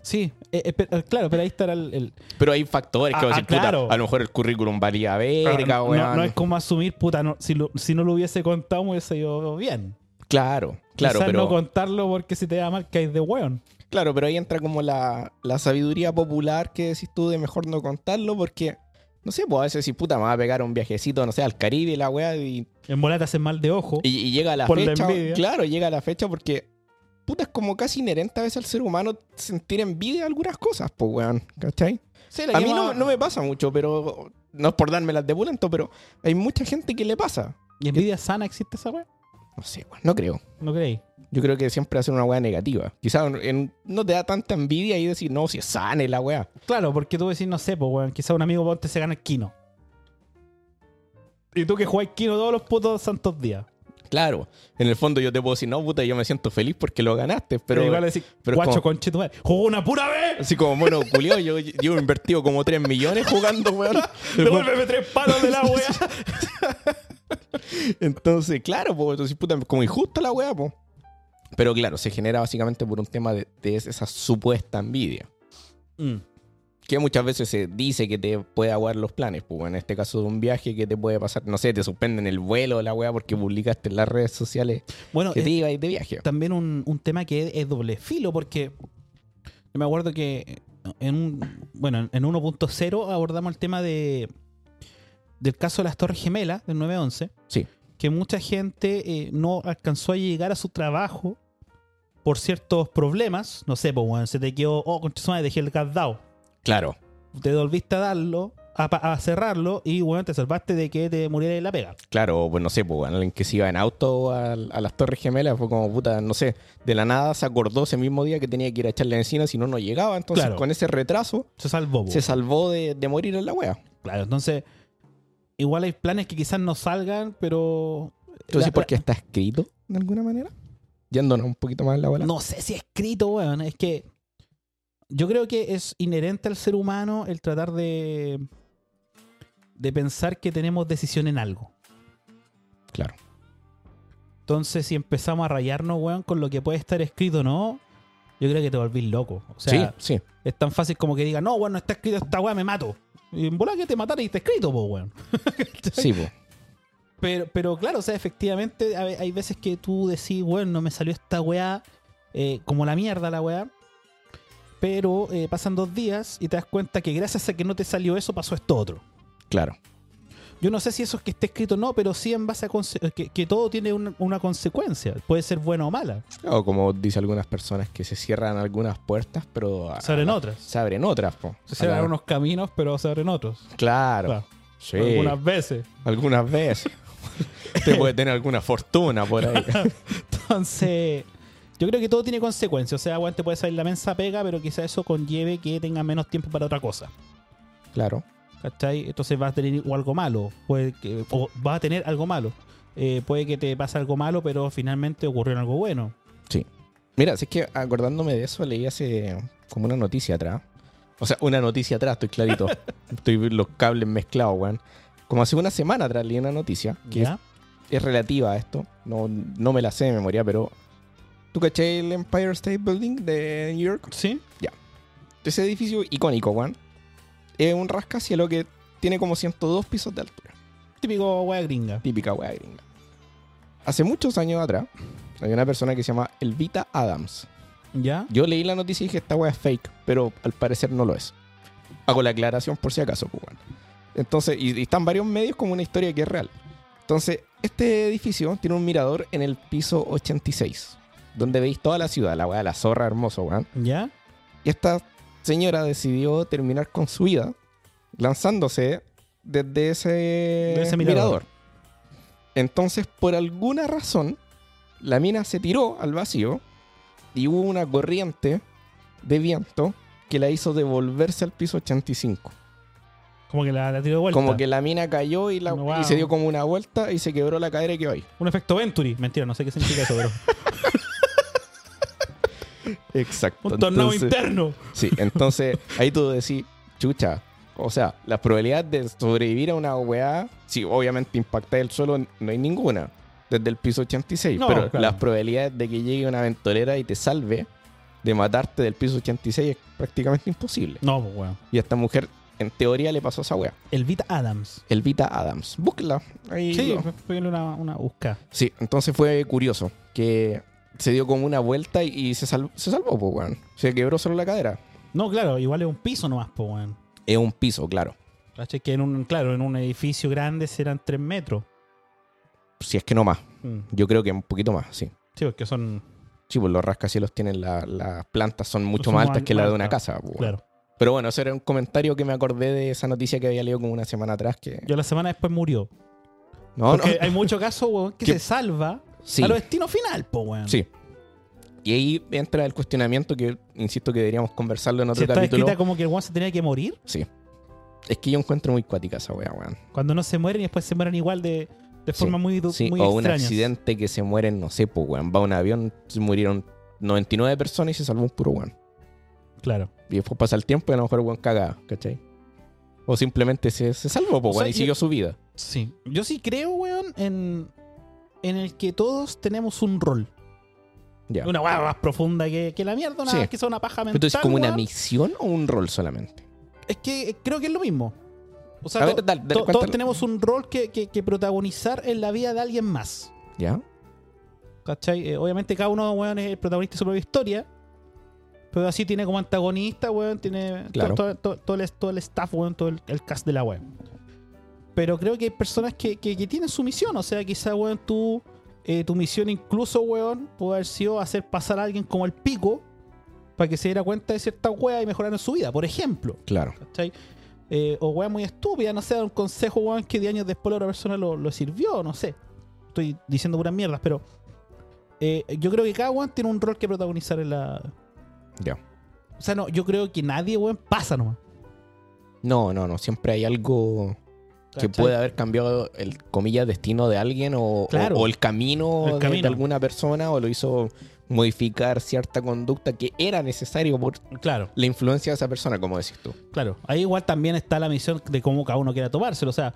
S1: Sí, eh, eh, pero, eh, claro, pero ahí estará el. el-
S2: Pero hay factores que
S1: Ah,
S2: vas a decir,
S1: ah, claro.
S2: puta, a lo mejor el currículum valía verga,
S1: no,
S2: Eh, weón.
S1: no- no es como asumir, puta, no, si, lo- si no lo hubiese contado, me hubiese ido bien.
S2: Claro, claro,
S1: Quizás
S2: pero,
S1: no contarlo porque si te da mal, caes de weón.
S2: claro, pero ahí entra como la, la sabiduría popular que decís tú de mejor no contarlo porque, no sé, pues a veces si puta, me va a pegar un viajecito, no sé, al Caribe, la weá, y
S1: En bola te hacen mal de ojo.
S2: Y, y llega la
S1: Por la
S2: fecha.
S1: envidia.
S2: claro, llega la fecha porque. puta, es como casi inherente a veces al ser humano sentir envidia de algunas cosas, pues, weón. ¿Cachai?
S1: Sí,
S2: A mí no, no me pasa mucho, pero no es por dármelas de bulento, pero hay mucha gente que le pasa.
S1: ¿Y envidia sana existe esa weá?
S2: No sé, weón, no creo.
S1: ¿No creéis?
S2: Yo creo que siempre hacer una weá negativa. Quizás no te da tanta envidia y decir, no, si es sana es la weá.
S1: Claro, porque tú decís, no sé, pues, weón, quizá un amigo ponte se gana el kino. Y tú que jugás kino todos los putos santos días.
S2: Claro, en el fondo yo te puedo decir, no, puta, yo me siento feliz porque lo ganaste, pero,
S1: Pero igual decís,
S2: pero es
S1: guacho,
S2: como-
S1: conche tu madre, jugó una pura vez.
S2: así como mono culiao, yo, yo he invertido como 3 millones jugando, weón.
S1: Devuélveme tres palos de la weá.
S2: Entonces, claro, pues, entonces, puta, es como injusta la weá, pues. Pero claro, se genera básicamente por un tema de, de esa supuesta envidia.
S1: Mm,
S2: Que muchas veces se dice que te puede aguar los planes, pues en este caso de un viaje que te puede pasar, no sé, te suspenden el vuelo la weá porque publicaste en las redes sociales
S1: Bueno,
S2: que
S1: es
S2: te ibas de viaje.
S1: también un, un tema que es, es doble filo, porque yo me acuerdo que en un, bueno, en 1.0 abordamos el tema de del caso de las Torres Gemelas del 911.
S2: Sí.
S1: que mucha gente eh, no alcanzó a llegar a su trabajo por ciertos problemas. No sé, pues, weón, se te quedó, oh, concha su madre, dejé el gas dado.
S2: Claro,
S1: Te volviste a darlo, a, pa- a cerrarlo y, bueno, te salvaste de que te muriera en la pega.
S2: claro, pues no sé, pues bueno, alguien que se iba en auto a, a las Torres Gemelas fue como puta, no sé, de la nada se acordó ese mismo día que tenía que ir a echarle encina si no, no llegaba. Entonces,
S1: Claro.
S2: con ese retraso,
S1: Se salvó, pues.
S2: se salvó de, de morir en la wea.
S1: Claro, entonces, igual hay planes que quizás no salgan, pero...
S2: Entonces,
S1: la-
S2: ¿por qué está escrito de alguna manera? Yéndonos un poquito más en la bola.
S1: No sé si escrito, weón. Es que yo creo que es inherente al ser humano el tratar de, de pensar que tenemos decisión en algo.
S2: Claro.
S1: Entonces, si empezamos a rayarnos, weón, con lo que puede estar escrito o no, yo creo que te volvís loco. O sea,
S2: sí, sí.
S1: es tan fácil como que diga, no, weón, no está escrito esta weá, me mato. Y en bola que te mataron y está escrito, po, weón.
S2: Sí, pues, po.
S1: Pero, pero claro, o sea, efectivamente, hay, hay veces que tú decís, weón, no me salió esta weá, eh, como la mierda la weá. Pero eh, pasan dos días y te das cuenta que gracias a que no te salió eso, pasó esto otro.
S2: Claro.
S1: Yo no sé si eso es que esté escrito o no, pero sí en base a conse- que, que todo tiene una- una consecuencia. Puede ser buena o mala.
S2: O como dicen algunas personas que se cierran algunas puertas, pero. a-
S1: Se abren
S2: a-
S1: otras.
S2: Se abren otras, po.
S1: Se
S2: A
S1: cierran
S2: la-
S1: unos caminos, pero se abren otros.
S2: Claro.
S1: Claro.
S2: Sí. Algunas,
S1: Algunas veces.
S2: veces. Usted puede tener alguna fortuna por ahí.
S1: Entonces, yo creo que todo tiene consecuencias. O sea, weón, te puede salir la mensa pega, pero quizá eso conlleve que tengas menos tiempo para otra cosa.
S2: claro.
S1: ¿Cachai? Entonces vas a tener o algo malo. Puede que, o vas a tener algo malo. Eh, puede que te pase algo malo, pero finalmente ocurrió algo bueno.
S2: Mira, si es que acordándome de eso, leí hace como una noticia atrás. O sea, una noticia atrás, estoy clarito. estoy los cables mezclados, weón. Como hace una semana atrás leí una noticia que
S1: ¿Ya?
S2: es relativa a esto. No, no me la sé de memoria, pero. ¿Tú caché el Empire State Building de New York?
S1: ¿Sí?
S2: Ese edificio icónico, Juan. Es un rascacielos que tiene como 102 pisos de altura.
S1: Típico wea gringa.
S2: Típica wea gringa. Hace muchos años atrás, había una persona que se llama Elvita Adams.
S1: ¿Ya?
S2: Yo leí la noticia y dije, esta wea es fake, pero al parecer no lo es. Hago la aclaración por si acaso, pues, weón. Entonces, y, y están varios medios como una historia que es real. Entonces, este edificio tiene un mirador en el piso 86, donde veis toda la ciudad, la wea de la zorra hermoso, weón.
S1: ¿Ya?
S2: Y esta señora decidió terminar con su vida lanzándose desde ese,
S1: ese mirador.
S2: mirador. Entonces, por alguna razón, la mina se tiró al vacío y hubo una corriente de viento que la hizo devolverse al piso 85.
S1: Como que la, la tiró de vuelta.
S2: Como que la mina cayó y, la-
S1: No, wow.
S2: y se dio como una vuelta y se quebró la cadera y quedó ahí.
S1: Un efecto Venturi. Mentira, no sé qué significa eso, pero.
S2: Exacto.
S1: Un torneo
S2: Entonces-
S1: interno.
S2: Sí, entonces ahí tú decís, chucha. O sea, las probabilidades de sobrevivir a una weá, si obviamente impacta el suelo, no hay ninguna. Desde el piso 86.
S1: No,
S2: pero
S1: claro.
S2: las probabilidades de que llegue una aventurera y te salve de matarte del piso 86 es prácticamente imposible.
S1: No, pues, weón.
S2: Y a esta mujer, en teoría, le pasó esa weá.
S1: Elvita Adams.
S2: Elvita Adams. Búscala. Ahí
S1: Sí,
S2: lo-
S1: pégale una, una busca.
S2: Sí, entonces fue curioso que se dio como una vuelta y, y se, sal- se salvó, pues, weón. Se quebró solo la cadera.
S1: No, claro, igual es un piso nomás, po, weón.
S2: Es un piso, claro.
S1: ¿Cachai? Que en un, claro, en un edificio grande serán tres metros.
S2: Si es que no más.
S1: Mm.
S2: Yo creo que un poquito más, sí.
S1: Sí, porque son
S2: Sí, pues los rascacielos tienen la- las plantas, son mucho
S1: Son
S2: más
S1: más
S2: altas que la de una
S1: altas,
S2: casa. pues,
S1: Claro.
S2: Pero bueno, ese era un comentario que me acordé de esa noticia que había leído como una semana atrás. Que...
S1: Yo la semana después murió.
S2: Ah, No, no.
S1: Porque hay muchos casos, weón, que
S2: Que-
S1: se salva
S2: Sí.
S1: a lo destino final, po, weón.
S2: Sí. Y ahí entra el cuestionamiento que, insisto, que deberíamos conversarlo en
S1: Si
S2: otro
S1: está
S2: capítulo.
S1: escrita como que el weón se tenía que morir,
S2: Sí. Es que yo encuentro muy cuática esa wea, weón.
S1: cuando no se mueren y después se mueren igual de, de forma muy, du-
S2: Sí,
S1: muy
S2: o un
S1: extraña.
S2: accidente que se mueren, no sé, pues, weón. Va un avión, se murieron 99 personas y se salvó un puro weón.
S1: Claro.
S2: Y después pasa el tiempo y a lo mejor el weón caga, ¿cachai? O simplemente se, se salvó, pues,
S1: O sea,
S2: weón, y
S1: yo-
S2: siguió su vida.
S1: Sí. Yo sí creo, weón, en, en el que todos tenemos un rol.
S2: Ya.
S1: Una weá más profunda que, que la mierda, una
S2: Sí.
S1: que sea una paja mental.
S2: Pero es como una
S1: weón.
S2: misión o un rol solamente.
S1: Es que eh, creo que es lo mismo. O sea,
S2: a
S1: to-
S2: ver, dale, dale,
S1: to- todos
S2: cuéntalo.
S1: tenemos un rol que, que- que protagonizar en la vida de alguien más.
S2: ¿Ya?
S1: ¿Cachai? Eh, obviamente cada uno, weón, es el protagonista de su propia historia. Pero así tiene como antagonista, weón, tiene to-
S2: Claro.
S1: to- to- todo, el, todo el staff, weón, todo el, el cast de la web. Pero creo que hay personas que, que- que tienen su misión. O sea, quizá, weón, tú, eh, tu misión incluso, weón, puede haber sido hacer pasar a alguien como el pico para que se diera cuenta de ciertas weas y mejorar en su vida, por ejemplo.
S2: Claro.
S1: ¿cachai? Eh, o weá muy estúpida, no sé, dar un consejo, weón, que 10 años después la otra persona lo, lo sirvió, no sé. Estoy diciendo puras mierdas, pero eh, yo creo que cada weón tiene un rol que protagonizar en la.
S2: Ya.
S1: O sea, no, yo creo que nadie, weón, pasa nomás.
S2: No, no, no. Siempre hay algo que
S1: ¿cachai?
S2: puede haber cambiado el, comillas, destino de alguien o,
S1: Claro.
S2: o- o el camino,
S1: El
S2: de- De,
S1: camino.
S2: alguna persona o lo hizo modificar cierta conducta que era necesario por
S1: Claro,
S2: la influencia de esa persona, como decís tú.
S1: claro. Ahí igual también está la misión de cómo cada uno quiera tomárselo. O sea,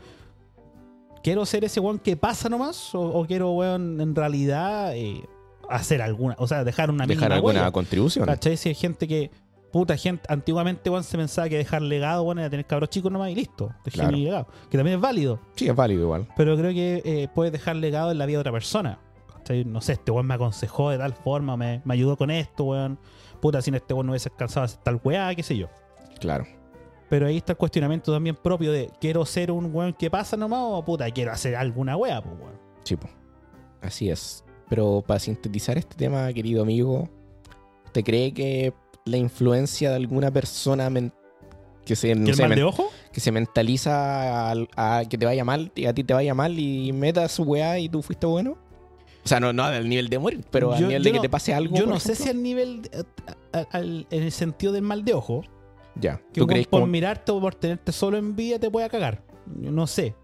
S1: ¿quiero ser ese weón que pasa nomás? ¿O, o quiero, weón, en realidad eh, hacer alguna. O sea, dejar una
S2: Dejar
S1: mínima
S2: alguna
S1: huella?
S2: contribución.
S1: ¿Cachai? Si hay gente que. Puta gente, antiguamente weón, se pensaba que dejar legado bueno, era tener cabros chicos nomás y listo. Dejé
S2: Claro.
S1: mi legado. Que también es válido.
S2: Sí, es válido igual.
S1: Pero creo que eh, puedes dejar legado en la vida de otra persona. ¿Cachai? No sé, este weón me aconsejó de tal forma, me, me ayudó con esto, weón. Puta, sin este weón no hubiese alcanzado a hacer tal weá, qué sé yo.
S2: Claro.
S1: Pero ahí está el cuestionamiento también propio de quiero ser un weón que pasa nomás o puta, quiero hacer alguna weá, pues weón.
S2: Sí, po. Así es. Pero para sintetizar este tema, querido amigo, ¿te cree que la influencia de alguna persona men- que se, no
S1: ¿Y el
S2: sé,
S1: mal
S2: men-
S1: de ojo?
S2: que se mentaliza al- a, que te vaya mal y a ti te vaya mal y meta su weá y tú fuiste bueno? O sea, no, no al nivel de morir, pero al
S1: Yo-
S2: nivel
S1: yo
S2: de que
S1: no-
S2: te pase algo.
S1: Yo
S2: por
S1: no sé si
S2: ejemplo.
S1: al nivel. de- a- a- al- en el sentido del mal de ojo.
S2: Ya,
S1: Que
S2: ¿tú
S1: un
S2: creéis
S1: por
S2: como-
S1: mirarte o por tenerte solo en vida te pueda cagar. Yo No sé.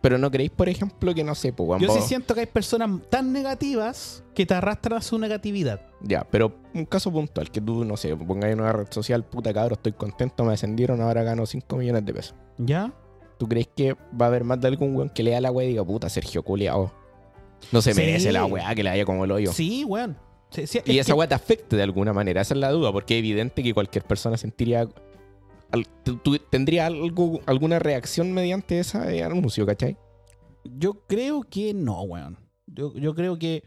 S2: Pero no creéis, por ejemplo, que no sé, pues,
S1: Yo sí siento que hay personas tan negativas que te arrastran a su negatividad.
S2: Ya, pero un caso puntual, que tú, no sé, pongáis en una red social, puta cabro, estoy contento, me ascendieron, ahora gano 5 millones de pesos.
S1: ¿Ya?
S2: ¿Tú crees que va a haber más de algún weón que lea la weá y diga, puta, Sergio Culeao? No se
S1: Sí.
S2: merece la weá que la haya como el hoyo.
S1: Sí, weón. Sí, sí,
S2: y
S1: es
S2: esa
S1: que-
S2: weá te afecte de alguna manera, esa es la duda, porque es evidente que cualquier persona sentiría. al- tu- tu- tendría algo, alguna reacción mediante esa eh, anuncio, ¿cachai?
S1: Yo creo que no, weón. Yo, yo creo que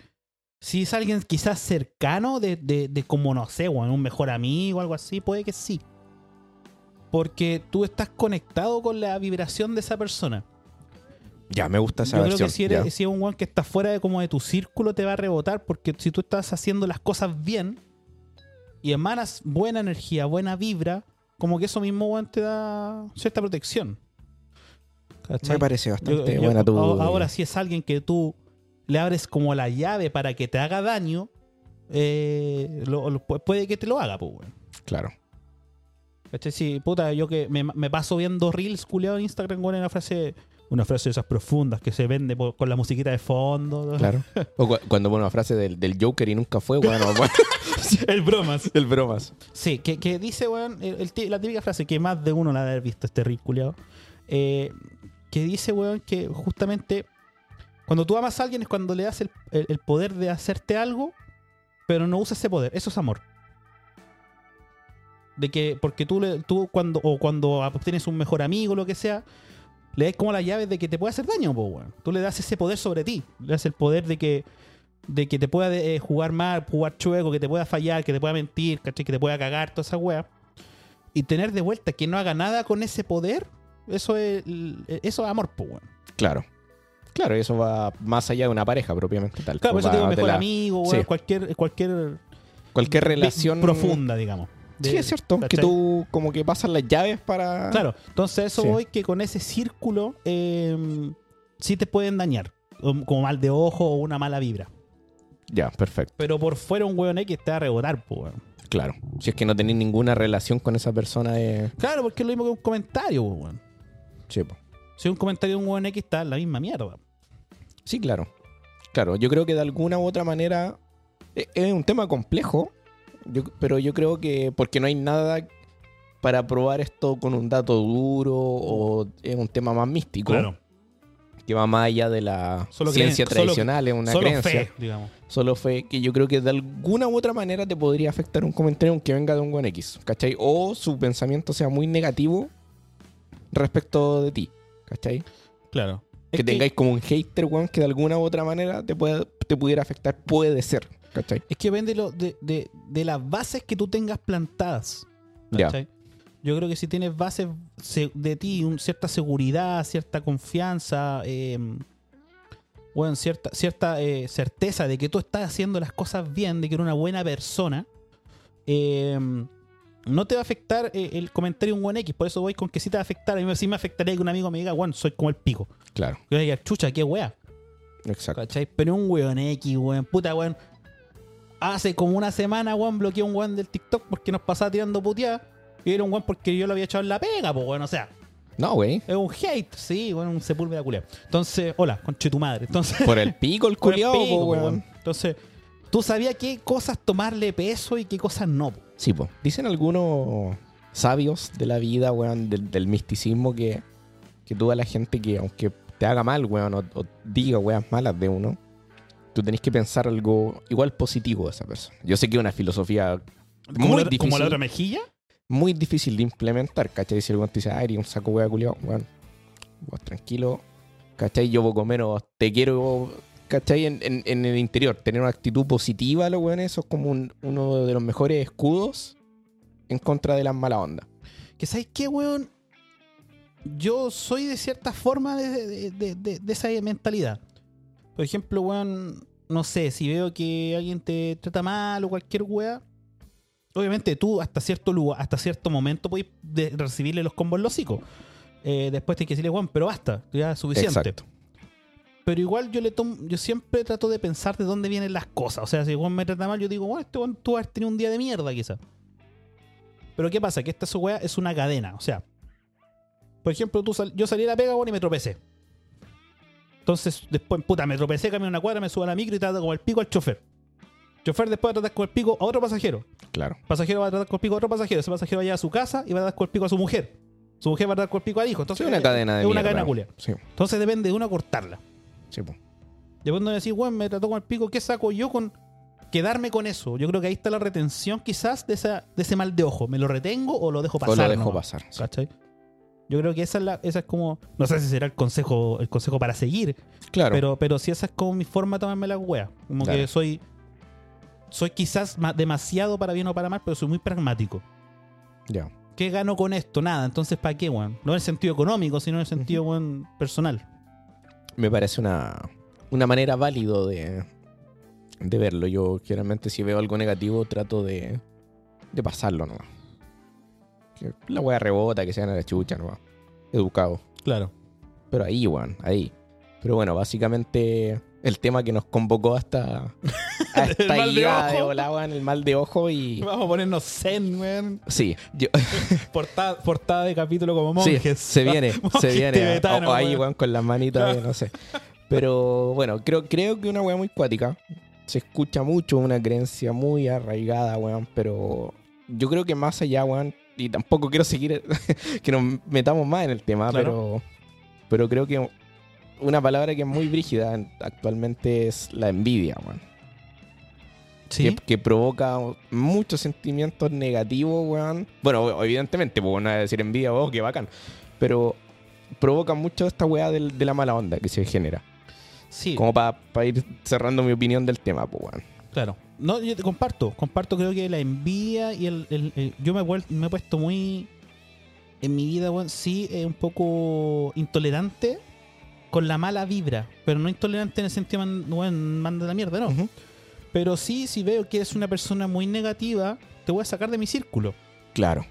S1: si es alguien quizás cercano de, de, de como no sé, weón, un mejor amigo o algo así, puede que sí. Porque tú estás conectado con la vibración de esa persona.
S2: Ya, me gusta esa
S1: Yo creo
S2: versión.
S1: que si,
S2: ya.
S1: eres, si es un weón que está fuera de como de tu círculo, te va a rebotar. Porque si tú estás haciendo las cosas bien y emanas buena energía, buena vibra, como que eso mismo, weón, te da cierta protección. ¿Cachai?
S2: Me parece
S1: Yo-
S2: bastante
S1: yo-
S2: buena tu.
S1: a- Ahora, si es alguien que tú le abres como la llave para que te haga daño, eh, lo- lo- pu- puede que te lo haga, pues, weón.
S2: Claro.
S1: ¿Cachai? Sí, puta, yo que me, me paso viendo reels culiado en Instagram, weón, en una frase, una frase de esas profundas que se vende por- con la musiquita de fondo.
S2: Claro. O cu- cuando pone una frase del, del Joker y nunca fue, bueno, bueno,
S1: El bromas.
S2: el bromas.
S1: Sí, que, que dice, weón, el- el ti- la típica frase que más de uno la ha de haber visto este reel culiado. que dice, weón, que justamente cuando tú amas a alguien es cuando le das el, el- el poder de hacerte algo, pero no usas ese poder. Eso es amor. De que, porque tú, le- tú cuando, o cuando obtienes un mejor amigo, lo que sea, le das como las llaves de que te puede hacer daño, po, weón. Tú le das ese poder sobre ti. Le das el poder de que, de que te pueda eh, jugar mal, jugar chueco, que te pueda fallar, que te pueda mentir, ¿cachai? Que te pueda cagar, toda esa weá. Y tener de vuelta eh, que no haga nada con ese poder, eso es, eso es amor, po, weón.
S2: Claro. Claro, eso va más allá de una pareja propiamente tal.
S1: Claro, por eso
S2: Va
S1: tengo un
S2: de
S1: mejor
S2: la-
S1: amigo, weón,
S2: sí.
S1: cualquier, cualquier
S2: Cualquier relación
S1: profunda, digamos. De-
S2: Sí, es cierto. Que
S1: ¿cachai?
S2: tú como que pasas las llaves para...
S1: Claro, entonces a eso
S2: Sí.
S1: voy que con ese círculo eh, sí te pueden dañar, como como mal de ojo o una mala vibra.
S2: Ya, perfecto.
S1: Pero por fuera un weón X te va a rebotar, pues, weón.
S2: Claro. Si es que no tenés ninguna relación con esa persona, eh...
S1: Claro, porque es lo mismo que un comentario, pues, weón.
S2: sí, po.
S1: Si un comentario de un weón X está en la misma mierda.
S2: Sí, claro. Claro, yo creo que de alguna u otra manera e- es un tema complejo, yo- pero yo creo que porque no hay nada para probar esto con un dato duro o es un tema más místico que va más allá de la
S1: Solo
S2: ciencia
S1: creen- solo-
S2: tradicional, es una
S1: Solo
S2: creencia.
S1: fe, digamos.
S2: Solo fue que yo creo que de alguna u otra manera te podría afectar un comentario aunque venga de un buen X, ¿cachai? O su pensamiento sea muy negativo respecto de ti, ¿cachai?
S1: Claro.
S2: que tengáis como un hater, weón, que de alguna u otra manera te, pueda, te pudiera afectar, puede ser, ¿cachai?
S1: Es que depende de, lo- de, de- de las bases que tú tengas plantadas.
S2: Ya.
S1: ¿cachai? Yo creo que si tienes bases se- de ti, un- cierta seguridad, cierta confianza, eh, bueno, cierta, cierta eh, certeza de que tú estás haciendo las cosas bien, de que eres una buena persona, eh, no te va a afectar eh, el comentario de un buen X. Por eso voy con que sí te va a afectar. A mí sí me afectaría que un amigo me diga, bueno, soy como el pico.
S2: Claro,
S1: Yo diría, chucha, qué wea.
S2: exacto.
S1: ¿Cachai? Pero un weón X, weón. Puta, weón. Hace como una semana, weón, bloqueó un weón del TikTok porque nos pasaba tirando puteadas. Y era un weón porque yo lo había echado en la pega, pues, weón. O sea,
S2: No, güey.
S1: es un hate, sí, weón, un sepulveda culeo. Entonces, hola, conche tu madre. Entonces,
S2: Por el pico, el
S1: por el
S2: culiao,
S1: pico,
S2: po,
S1: po,
S2: weón.
S1: Entonces, tú sabías qué cosas tomarle peso y qué cosas no. po.
S2: Sí, po. Dicen algunos sabios de la vida, weón, del, del misticismo que, que tú a la gente que, aunque te haga mal, weón, o, o diga weas malas de uno, tú tenés que pensar algo igual positivo de esa persona. Yo sé que es una filosofía
S1: Como
S2: muy
S1: la-
S2: difícil.
S1: Como la otra mejilla.
S2: muy difícil de implementar, ¿cachai? Si el weón te dice, ay, eres un saco hueá culiao, weón, vos tranquilo, ¿cachai? Yo poco menos te quiero, ¿cachai? En, en- en el interior, tener una actitud positiva, los weones, eso es como un- uno de los mejores escudos en contra de las malas ondas.
S1: Que sabes qué, weón. Yo soy de cierta forma de, de- de- de- de esa mentalidad. Por ejemplo, weón, no sé, si veo que alguien te trata mal o cualquier weá. Obviamente tú hasta cierto lugar, hasta cierto momento podés de- recibirle los combos en los hocicos. Eh, después tienes que decirle, weón, pero basta, ya es suficiente. Pero igual yo le tomo, yo siempre trato de pensar de dónde vienen las cosas. O sea, si Juan me trata mal, yo digo, bueno, este Juan tú has tenido un día de mierda, quizá. Pero ¿qué pasa? Que esta su weá es una cadena. O sea, por ejemplo, tú sal- yo salí a la pega, weón, y me tropecé. Entonces, después, puta, me tropecé, caminé una cuadra, me subo a la micro y trato como el pico al chofer. Chofer después va a tratar como el pico a otro pasajero.
S2: Claro,
S1: Pasajero va a tratar como el pico a otro pasajero. Ese pasajero va a llegar a su casa y va a tratar como el pico a su mujer. Su mujer va a tratar como el pico al hijo. Entonces,
S2: es una
S1: eh,
S2: cadena de
S1: Es una
S2: mierda.
S1: cadena culia.
S2: Sí,
S1: Entonces depende de uno cortarla.
S2: sí, po.
S1: Después no decís, weón, me trató con el pico, ¿qué saco yo con quedarme con eso? Yo creo que ahí está la retención quizás de, esa, de ese mal de ojo. ¿Me lo retengo o lo dejo pasar?
S2: o lo dejo
S1: nomás?
S2: pasar. sí.
S1: ¿Cachai? Yo creo que esa es, la, esa es como, no sé si será el consejo, el consejo para seguir,
S2: Claro,
S1: pero, pero sí esa es como mi forma de tomarme la wea. Como
S2: Claro.
S1: que soy, soy quizás ma- demasiado para bien o para mal, pero soy muy pragmático.
S2: ya.
S1: ¿Qué gano con esto? Nada, entonces ¿para qué, weón? No en el sentido económico, sino en el sentido, weón, personal.
S2: me parece una, una manera válido de, de verlo. Yo generalmente si veo algo negativo trato de, de pasarlo nomás. Que la wea rebota, que sean a la chucha nomás. Educado.
S1: Claro.
S2: Pero ahí, weón, ahí. Pero bueno, básicamente el tema que nos convocó hasta, a
S1: El
S2: esta
S1: mal de
S2: idea de
S1: ojo.
S2: volá, weón, el mal de ojo y...
S1: Vamos a ponernos zen, weón.
S2: Sí, yo-
S1: Portada, portada de capítulo como
S2: Sí,
S1: monjes.
S2: se viene, se
S1: Monjes
S2: viene. ah,
S1: tibetanos,
S2: o- o ahí,
S1: weón.
S2: weón, con las manitas,
S1: Claro.
S2: de no sé. Pero bueno, creo, creo que una weá muy cuática. Se escucha mucho, una creencia muy arraigada, weón. Pero yo creo que más allá, weón, y tampoco quiero seguir que nos metamos más en el tema,
S1: Claro.
S2: pero, pero creo que una palabra que es muy brígida en- actualmente es la envidia, weón.
S1: Sí,
S2: Que, que provoca muchos sentimientos negativos, weón. Bueno, evidentemente, pues no voy a decir envidia, oh, qué bacán. Pero provoca mucho esta weá del- de, la mala onda que se genera.
S1: sí,
S2: Como para ir cerrando mi opinión del tema, pues weón.
S1: claro. No, yo te comparto, comparto creo que la envidia y el... el- el- yo me, he vuel- me he puesto muy... En mi vida, weón, sí, eh, un poco intolerante con la mala vibra, pero no intolerante en el sentido, man- weón, manda la mierda, no.
S2: Ujú.
S1: Pero sí, si veo que eres una persona muy negativa, te voy a sacar de mi círculo.
S2: Claro.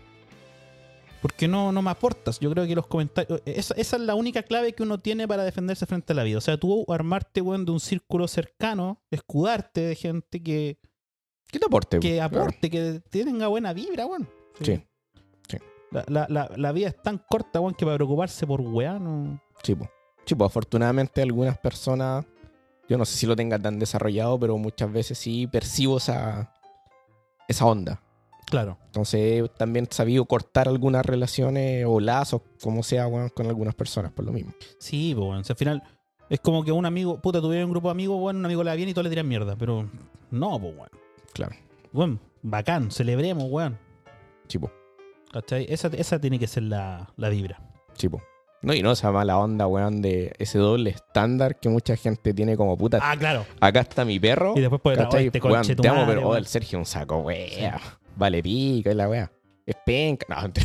S1: Porque no, no me aportas. Yo creo que los comentarios. Esa, esa es la única clave que uno tiene para defenderse frente a la vida. O sea, tú armarte, weón, de un círculo cercano, escudarte de gente que,
S2: ¿Qué te aporte?
S1: que
S2: weón?
S1: aporte, que tenga buena vibra, weón.
S2: Sí,
S1: La, la- la- la vida es tan corta, weón, que para preocuparse por weá, no.
S2: sí, po. Sí, po, afortunadamente algunas personas, yo no sé si lo tengan tan desarrollado, pero muchas veces sí percibo esa, esa onda.
S1: Claro.
S2: Entonces también he sabido cortar algunas relaciones o lazos, como sea, weón, con algunas personas, por lo mismo.
S1: Sí, pues, weón. O sea, al final es como que un amigo, puta, tuviera un grupo de amigos, weón, un amigo le va bien y todos le tiran mierda. Pero no, pues, weón.
S2: Claro,
S1: Weón, bacán, celebremos, weón.
S2: sí, po,
S1: ¿Cachai? Esa, esa tiene que ser la, la vibra.
S2: sí, po. No, y no esa mala onda, weón, de ese doble estándar que mucha gente tiene como puta.
S1: Ah, claro.
S2: Acá está mi perro.
S1: Y después puede
S2: Oh, ¿cachai?
S1: este
S2: Weón,
S1: conche tu
S2: te amo,
S1: madre,
S2: pero oh,
S1: weón.
S2: el Sergio es un saco, wea. Vale pica y la wea. Es penca. No, mentira.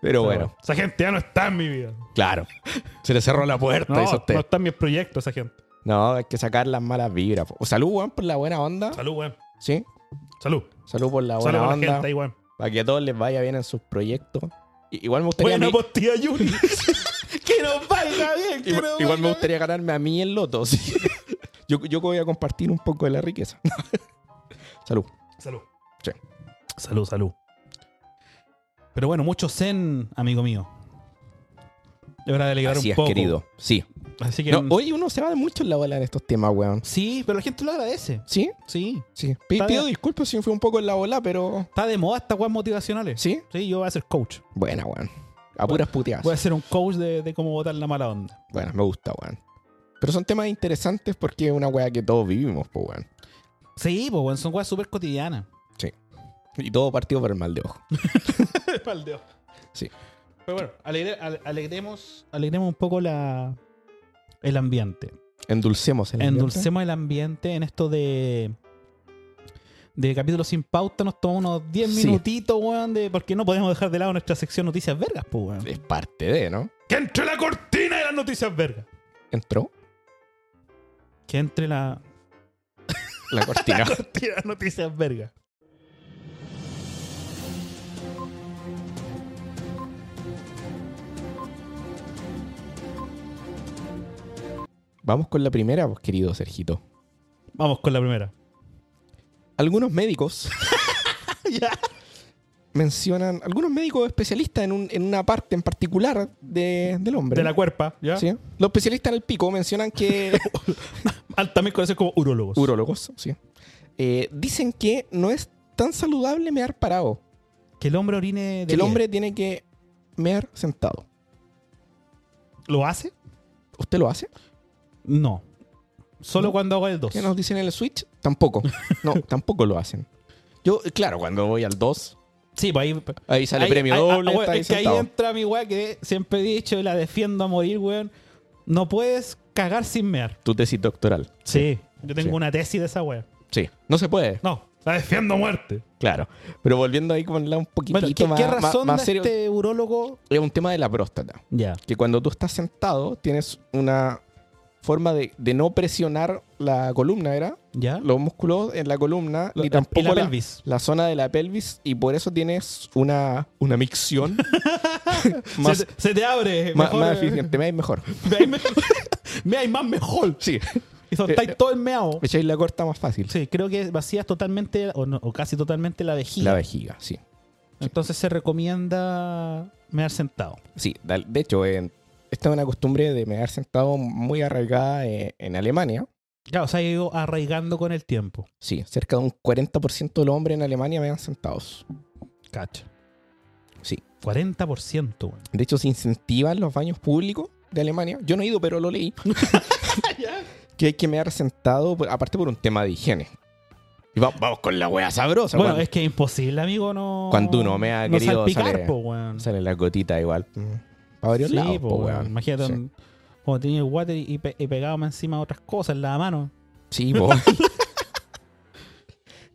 S2: pero bueno,
S1: Esa gente ya no está en mi vida.
S2: claro. Se le cerró la puerta,
S1: No,
S2: hizo usted.
S1: no está en mis proyectos esa gente.
S2: No, hay que sacar las malas vibras. po. Salud, weón, por la buena onda.
S1: Salud, weón.
S2: Sí.
S1: Salud.
S2: Salud por la
S1: Salud
S2: buena
S1: con la
S2: onda.
S1: gente ahí, weón.
S2: Para que a todos les vaya bien en sus proyectos. I- Igual me gustaría. a
S1: Buena
S2: mí-
S1: por tía Yuri. que nos vaya bien, que
S2: igual,
S1: nos
S2: igual me
S1: vaya
S2: gustaría ganarme a mí el loto. sí. Yo, yo voy a compartir un poco de la riqueza. Salud.
S1: bien. Salud.
S2: Sí.
S1: Salud, salud. Pero bueno, mucho zen, amigo mío. Es hora de alegrar
S2: Así
S1: un
S2: es,
S1: poco.
S2: querido. Sí.
S1: Así que. mm,
S2: No, hoy uno se va de mucho en la bola en estos temas, weón.
S1: Sí, pero la gente lo agradece.
S2: ¿Sí?
S1: Sí.
S2: Sí. Pi-
S1: Está
S2: pido
S1: bien.
S2: disculpas si fui un poco en la bola, pero.
S1: Está de moda estas weas motivacionales.
S2: ¿Sí?
S1: Sí, yo voy a ser coach.
S2: Buena, weón. A puras puteadas.
S1: Voy a ser un coach de, de cómo botar la mala onda.
S2: Bueno, me gusta, weón. Pero son temas interesantes porque es una weá que todos vivimos, pues, weón.
S1: Sí, pues, weón, son weas súper cotidianas.
S2: Y todo partido por el mal de ojo.
S1: Paldeo.
S2: Sí.
S1: Pero bueno, alegre- ale- alegremos, alegremos un poco la, el ambiente.
S2: Endulcemos el ambiente.
S1: Endulcemos el ambiente en esto de. De capítulos sin pauta, nos tomamos unos 10
S2: Sí.
S1: minutitos, weón, de, porque no podemos dejar de lado nuestra sección noticias vergas, pues, weón.
S2: Es parte de, ¿no?
S1: Que entre la cortina de las noticias vergas.
S2: Entró
S1: Que entre la
S2: la cortina.
S1: cortina de las noticias vergas.
S2: Vamos con la primera, pues, querido Sergito.
S1: Vamos con la primera.
S2: Algunos médicos
S1: Ya.
S2: mencionan, algunos médicos especialistas en, un- en una parte en particular de- del hombre.
S1: De la cuerpa, ¿ya?
S2: ¿Sí? Los especialistas en el pico mencionan que.
S1: Al- También conocidos como urólogos.
S2: Urologos, sí. Eh, dicen que no es tan saludable mear parado.
S1: que el hombre orine de
S2: Que el
S1: pie.
S2: hombre tiene que mear sentado.
S1: ¿Lo hace?
S2: ¿Usted lo hace?
S1: No. Solo
S2: ¿No?
S1: cuando hago el 2.
S2: ¿Qué nos dicen en el Switch? Tampoco. No, tampoco lo hacen. Yo, claro, cuando voy al 2,
S1: Sí, pues ahí.
S2: ahí sale
S1: ahí-
S2: premio
S1: ahí-
S2: doble.
S1: ah, weón,
S2: está ahí
S1: es que ahí
S2: sentado.
S1: entra mi weá que siempre he dicho y la defiendo a morir, weón. No puedes cagar sin mear.
S2: Tu tesis doctoral.
S1: Sí. Yo tengo
S2: Sí.
S1: una tesis de esa weá.
S2: Sí. No se puede,
S1: No, la defiendo a muerte.
S2: claro. Pero volviendo ahí con la un poquitito
S1: Bueno, ¿qué,
S2: más,
S1: qué
S2: más-
S1: razón
S2: más
S1: da
S2: serio.
S1: este urólogo?
S2: Es un tema de la próstata.
S1: Ya.
S2: que cuando tú estás sentado tienes una forma de, de no presionar la columna, ¿era?
S1: ¿Ya?
S2: Los músculos en la columna
S1: Lo-
S2: ni tampoco
S1: y la pelvis.
S2: la zona de la pelvis y por eso tienes una, una micción más,
S1: se, te- se te abre.
S2: más,
S1: mejor,
S2: más
S1: eh,
S2: eficiente, me da mejor.
S1: me hay me- me hay más mejor.
S2: Sí,
S1: Y soltáis
S2: Eh,
S1: todo el meao.
S2: echáis la corta más fácil.
S1: Sí, creo que vacías totalmente o, no, o casi totalmente la vejiga.
S2: La vejiga, sí.
S1: Entonces se recomienda mear sentado.
S2: Sí, da- de hecho, eh, esta es una costumbre de mear sentado muy arraigada eh, en Alemania.
S1: Claro, o sea, yo ido arraigando con el tiempo.
S2: Sí, cerca de un 40% de los hombres en Alemania mean sentados.
S1: Cacha.
S2: Sí.
S1: 40%, weón.
S2: De hecho, se incentivan los baños públicos de Alemania. Yo no he ido, pero lo leí. que hay que mear sentado, por- aparte por un tema de higiene. Y va- vamos con la wea sabrosa.
S1: bueno,
S2: cuando,
S1: es que es imposible, amigo, no.
S2: Cuando uno mea,
S1: no
S2: querido,
S1: salpicar,
S2: sale-
S1: po, weón.
S2: sale la gotita igual. Para
S1: Mm.
S2: varios
S1: Sí,
S2: lados,
S1: po,
S2: po,
S1: weón.
S2: weón.
S1: Imagínate
S2: Sí.
S1: un- cuando tenía el water y, pe- y pegaba más encima otras cosas en la mano.
S2: Sí, po.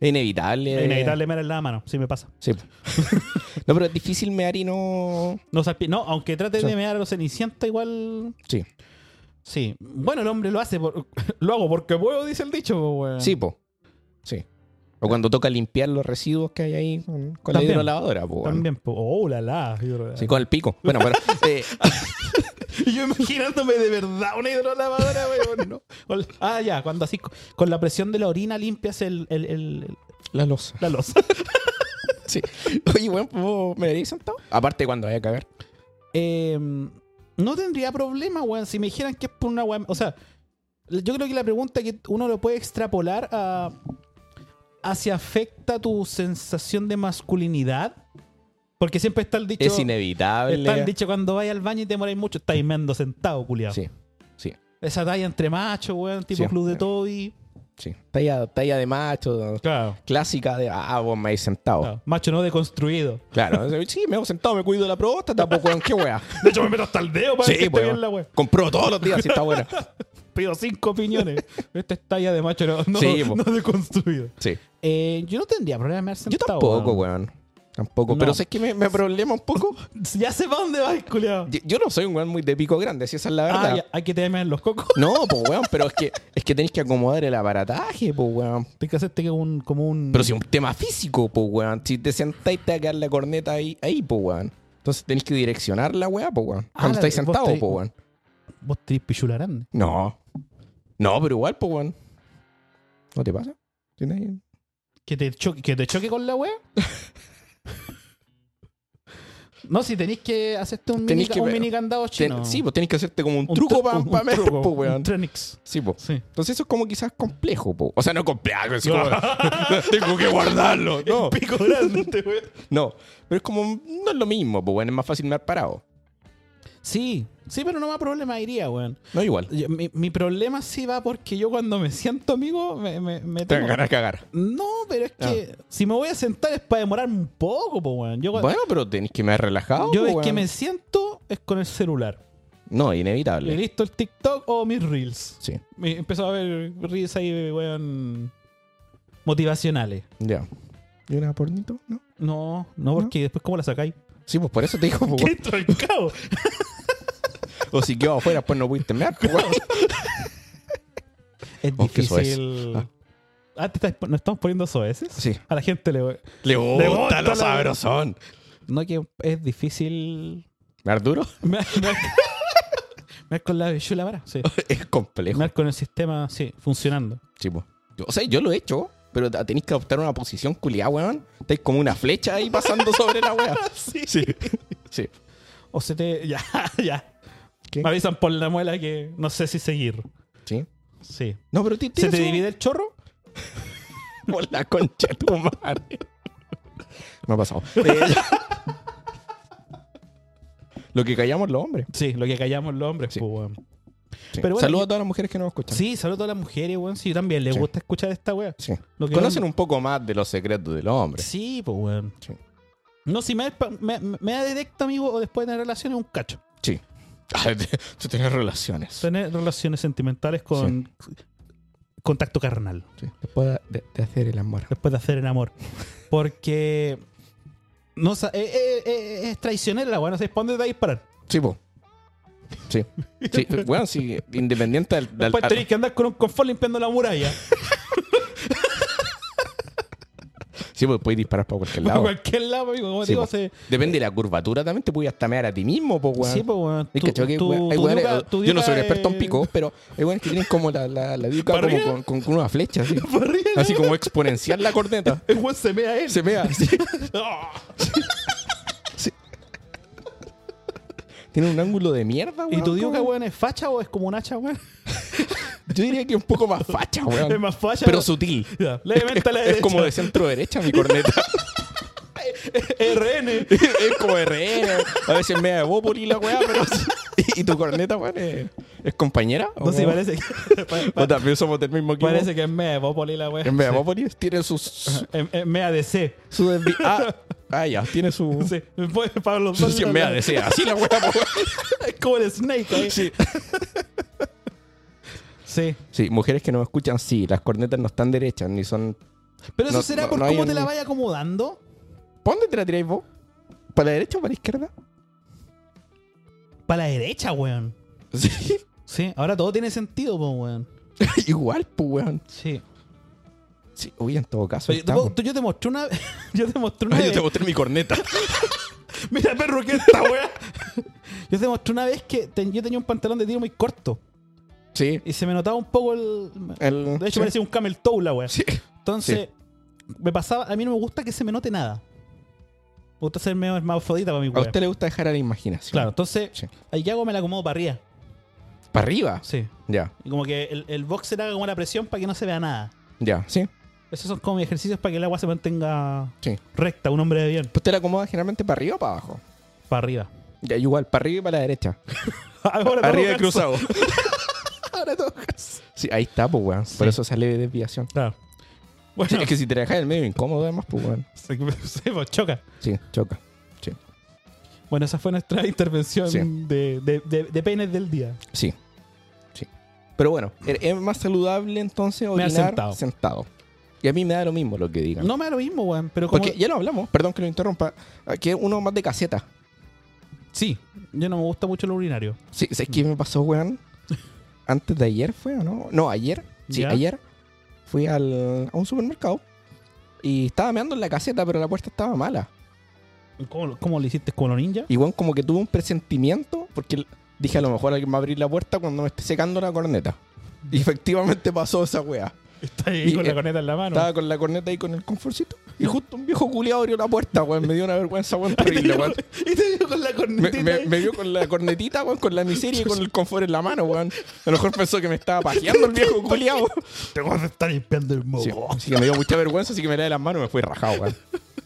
S2: Es inevitable.
S1: Es inevitable me en la mano, sí me pasa.
S2: Sí. no, pero es difícil mear y no.
S1: No, salpi- no, aunque trate
S2: Sí.
S1: de mear a los cenicienta igual.
S2: Sí.
S1: Sí. Bueno, el hombre lo hace, por- lo hago porque puedo, dice el dicho, po, weón.
S2: Sí, po. Sí. O cuando toca limpiar los residuos que hay ahí con, con la
S1: También.
S2: hidrolavadora, po. weón.
S1: También, po. oh, la la.
S2: Sí, con el pico. Bueno, pero. eh,
S1: Y yo imaginándome de verdad una hidrolavadora, weón. no. O la- Ah, ya, cuando así, co- con la presión de la orina limpias el, el- el-
S2: la losa.
S1: la losa.
S2: Sí. Oye, weón, ¿vos ¿me darías sentado? Aparte, cuando vaya a cagar.
S1: Eh, no tendría problema, weón, si me dijeran que es por una weón. O sea, yo creo que la pregunta que uno lo puede extrapolar a. hacia afecta tu sensación de masculinidad. Porque siempre está el dicho.
S2: Es inevitable.
S1: Está el dicho cuando vayas al baño y te moráis mucho, estáis meando sentado, culiado.
S2: Sí, sí,
S1: Esa talla entre machos, weón, tipo
S2: Sí.
S1: club de Toby.
S2: sí. Talla, talla de macho,
S1: Claro.
S2: clásica de. Ah, vos me habéis sentado.
S1: No, macho no deconstruido.
S2: Claro. Sí, me he sentado, me cuido de la próstata, tampoco, weón. Qué weá.
S1: De hecho, me meto hasta el dedo para
S2: Sí,
S1: ver
S2: pues,
S1: si está
S2: weón.
S1: bien la weón.
S2: Compró todos los días, si está buena.
S1: Pido cinco opiniones. Esta es talla de macho no, no,
S2: Sí, pues. po.
S1: no deconstruido.
S2: Sí.
S1: Eh, yo no tendría problema en mear
S2: Yo
S1: sentado.
S2: tampoco,
S1: weón.
S2: weón. Tampoco.
S1: No.
S2: Pero sé que me, me problema un poco.
S1: Ya sé para dónde vas, culiado.
S2: Yo, yo no soy un weón muy de pico grande, si esa es la verdad.
S1: Ah, ya, hay que te mean los cocos.
S2: No, pues weón, pero es que, es que tenés que acomodar el aparataje, pues weón.
S1: Tienes que hacerte que un, como un.
S2: Pero si es un tema físico, pues weón. Si te sentáis te va a quedar la corneta ahí, ahí pues weón. Entonces tenés que direccionar la weá, pues weón.
S1: Ah,
S2: Cuando
S1: la-
S2: estáis
S1: vos
S2: sentados,
S1: estáis-
S2: pues weón.
S1: Vos tenés pichula grande.
S2: No. No, pero igual, pues weón. ¿No te pasa? ¿Tienes-
S1: Que te choque, que te choque con la wea. no, si tenés que hacerte un,
S2: Tenés
S1: mini,
S2: que
S1: un
S2: ver-
S1: mini candado
S2: Ten-
S1: chino.
S2: Sí, pues tenés que hacerte como un, truco para pa mear,
S1: truco,
S2: pues weón.
S1: un trenix.
S2: Sí, pues.
S1: Sí.
S2: Entonces eso es como quizás complejo, po. O sea, no complejo, es como, tengo que guardarlo. No,
S1: Pico grande, este weón.
S2: no. Pero es como, no es lo mismo, pues, bueno, es más fácil mear parado.
S1: Sí, sí, pero no me da problema, iría, weón.
S2: No igual.
S1: Yo- Mi, mi problema sí va porque yo cuando me siento amigo me, me, me
S2: Te
S1: tengo-
S2: ganas de cagar.
S1: No, pero es que si me voy a sentar es para demorarme un poco, po, weón. Yo,
S2: Ah. Bueno, pero tenés que mear relajado.
S1: yo
S2: po,
S1: es que
S2: weón.
S1: me siento es con el celular.
S2: No,
S1: Le
S2: inevitable.
S1: listo el TikTok o mis reels.
S2: Sí,
S1: Me empezó a ver reels ahí, weón, motivacionales.
S2: ya. ¿Y una pornito? No.
S1: No, no, porque después cómo la sacáis.
S2: Sí, pues por eso te digo, po,
S1: ¡Qué
S2: weón.
S1: trancado!
S2: O si quedó afuera, pues no pudiste mear, po, weón.
S1: es
S2: Oh, qué soez.
S1: difícil. Ah, te estás- nos estamos poniendo soeces.
S2: Sí.
S1: A la gente le...
S2: Le
S1: gusta lo
S2: los sabrosón.
S1: No, que es difícil.
S2: ¿Mear duro?
S1: Me Mear con la bichula vara, sí.
S2: es complejo.
S1: Mear con el sistema, sí, funcionando.
S2: Sí, po. Yo- O sea, yo lo he hecho, pero tenéis que adoptar una posición culiada, weón. Estáis como una flecha ahí pasando sobre la weá.
S1: Sí.
S2: Sí. Sí.
S1: O se te. Ya, ya.
S2: ¿Qué?
S1: Me avisan por la muela que no sé si seguir.
S2: Sí.
S1: Sí.
S2: No, pero ti-
S1: ¿Se
S2: tienes
S1: te
S2: un-
S1: divide el chorro?
S2: por la concha de tu madre. Me ha pasado. Eh, lo que callamos los hombres.
S1: Sí, lo que callamos los hombres,
S2: Sí.
S1: pues, weón.
S2: Sí.
S1: Pero bueno,
S2: Saludos a todas las mujeres que nos escuchan.
S1: Sí, saludo a todas las mujeres, weón. Sí, también les
S2: Sí.
S1: gusta escuchar esta weá.
S2: Sí.
S1: Lo que
S2: Conocen
S1: vamos-
S2: un poco más de los secretos del hombre.
S1: Sí, pues, weón.
S2: Sí.
S1: No, si me, me, me da directo, amigo, o después de tener relaciones, un cacho.
S2: Sí. Ah, te- Tú tienes relaciones.
S1: Tener relaciones sentimentales con contacto carnal.
S2: Después de, hacer el amor.
S1: después de hacer el amor. Porque no sa- eh, eh, eh, es traicionera la weá, no sé para dónde te va a disparar.
S2: Sí, po. Sí. sí. Bueno, sí, independiente del. del-
S1: Después tenés que andar con un confort limpiando la muralla.
S2: sí, po, puedes disparar para cualquier
S1: Por
S2: lado.
S1: cualquier lado, amigo. Como
S2: Sí,
S1: te digo,
S2: po.
S1: se-
S2: Depende de la curvatura también, te puedes hasta mear a ti mismo, po, weón.
S1: Sí, pues, weón.
S2: Es
S1: Tu-
S2: que choque,
S1: tu-
S2: weón. Hay
S1: tu
S2: weones-
S1: yuca- tu
S2: yo no soy un
S1: yuca
S2: experto en
S1: es-
S2: picos, pero hay weones que tienen como la, la, la yuca
S1: ¿Para
S2: como
S1: arriba?
S2: con, con, con una flecha, así,
S1: Por arriba.
S2: así como exponencial la corneta.
S1: El weón se mea él.
S2: Se mea. así.
S1: Ah.
S2: Tiene un ángulo de mierda, weón.
S1: ¿Y tu
S2: como-
S1: diuca, weón, es facha o es como un hacha, weón?
S2: Yo diría que es un poco más facha, weón.
S1: Es más facha.
S2: Pero sutil.
S1: Ya, levemente a la
S2: Es
S1: derecha.
S2: como de centro derecha mi corneta.
S1: RN.
S2: es como RR. A veces media de Bópoli la weá, pero. ¿Y, y tu corneta, weón? ¿Es, es compañera?
S1: No
S2: ¿O-
S1: sé, parece que. pa- pa-
S2: ¿O también somos del mismo equipo?
S1: parece que es mea de Popoli la weá.
S2: En media Bópoli tiene sus.
S1: Es- es mea de C.
S2: su desvi- ah, ah, ya, tiene su.
S1: Sí, después Pablo
S2: Su 100 mea de sea. Así la weá, pues, po, weón.
S1: Es como el Snake ¿eh? ahí. ah. Sí. sí.
S2: Sí, mujeres que no escuchan, sí, las cornetas no están derechas ni son
S1: Pero eso
S2: No-
S1: será
S2: no-
S1: por
S2: no hay
S1: cómo te
S2: un-
S1: la vaya acomodando.
S2: ¿Para dónde te la tiráis vos? ¿Para la derecha o para la izquierda?
S1: Para la derecha, weón.
S2: Sí.
S1: Sí, ahora todo tiene sentido, po, weón.
S2: Igual, pues, weón.
S1: Sí.
S2: Sí, oye, en todo caso. ahí
S1: Oye, tampoco-
S2: estamos.
S1: tú- yo te mostré una. yo te mostré una.
S2: Ay, yo
S1: vez-
S2: te mostré mi corneta.
S1: Mira, perro, que esta weá. yo te mostré una vez que ten- yo tenía un pantalón de tiro muy corto.
S2: Sí.
S1: Y se me notaba un poco el.
S2: El,
S1: De hecho,
S2: sí.
S1: parecía un camel toe la weá.
S2: Sí.
S1: Entonces, me pasaba. A mí no me gusta que se me note nada. Me gusta ser medio hermafrodita para mi
S2: A
S1: weá.
S2: usted le gusta dejar a la imaginación.
S1: Claro, entonces,
S2: Sí.
S1: ahí hago me la acomodo para arriba.
S2: Para arriba.
S1: Sí.
S2: Ya,
S1: Y como que el, el boxer haga como la presión para que no se vea nada.
S2: ya, sí.
S1: Esos son como mis ejercicios para que el agua se mantenga
S2: Sí.
S1: recta, un hombre de bien,
S2: Pues te la acomoda generalmente para arriba o para abajo.
S1: para arriba.
S2: Ya, igual, para arriba y para la derecha.
S1: Ahora todo
S2: arriba
S1: calza.
S2: y cruzado. Ahora todo calza. Sí, ahí está, pues, weón.
S1: Sí.
S2: Por eso sale de desviación.
S1: Claro.
S2: Sí,
S1: Bueno,
S2: es que si te dejas en el medio incómodo, además, pues, weón.
S1: se, se- pues, choca.
S2: Sí, choca.
S1: Bueno, esa fue nuestra intervención
S2: Sí.
S1: de, de, de- de penes del día.
S2: Sí. Sí. Pero bueno, es- es más saludable entonces
S1: Me ha
S2: orinar
S1: sentado.
S2: sentado. Y a mí me da lo mismo lo que digan.
S1: No me da lo mismo, weón, pero como...
S2: Porque ya lo hablamos, perdón que lo interrumpa, ah, que uno más de caseta.
S1: Sí, yo no me gusta mucho el urinario.
S2: Sí, ¿sabes qué me pasó, weón? Antes de ayer fue, ¿o no? No, ayer. Sí,
S1: ¿Ya?
S2: ayer fui al, a un supermercado y estaba meando en la caseta, pero la puerta estaba mala.
S1: ¿Cómo, lo- cómo lo hiciste con los ninja?
S2: Y weón, como que tuve un presentimiento, porque l- dije a lo mejor alguien va a abrir la puerta cuando me esté secando la corneta. Y efectivamente pasó esa weá.
S1: Está ahí
S2: Y,
S1: con la
S2: eh,
S1: corneta en la mano.
S2: Estaba con la corneta ahí con el conforcito. Y justo un viejo culiado abrió la puerta, weón. Me dio una vergüenza, weón, terrible, weón.
S1: Y te dio con la
S2: Me,
S1: cornetita.
S2: me-
S1: ahí.
S2: me vio con la cornetita, weón, con la miseria y con el confort en la mano, weón. A lo mejor pensó que me estaba pajeando el viejo culiado.
S1: Te vas a estar limpiando el moco.
S2: Sí, así que me dio mucha vergüenza, así que me la de las manos y me fui rajado, weón.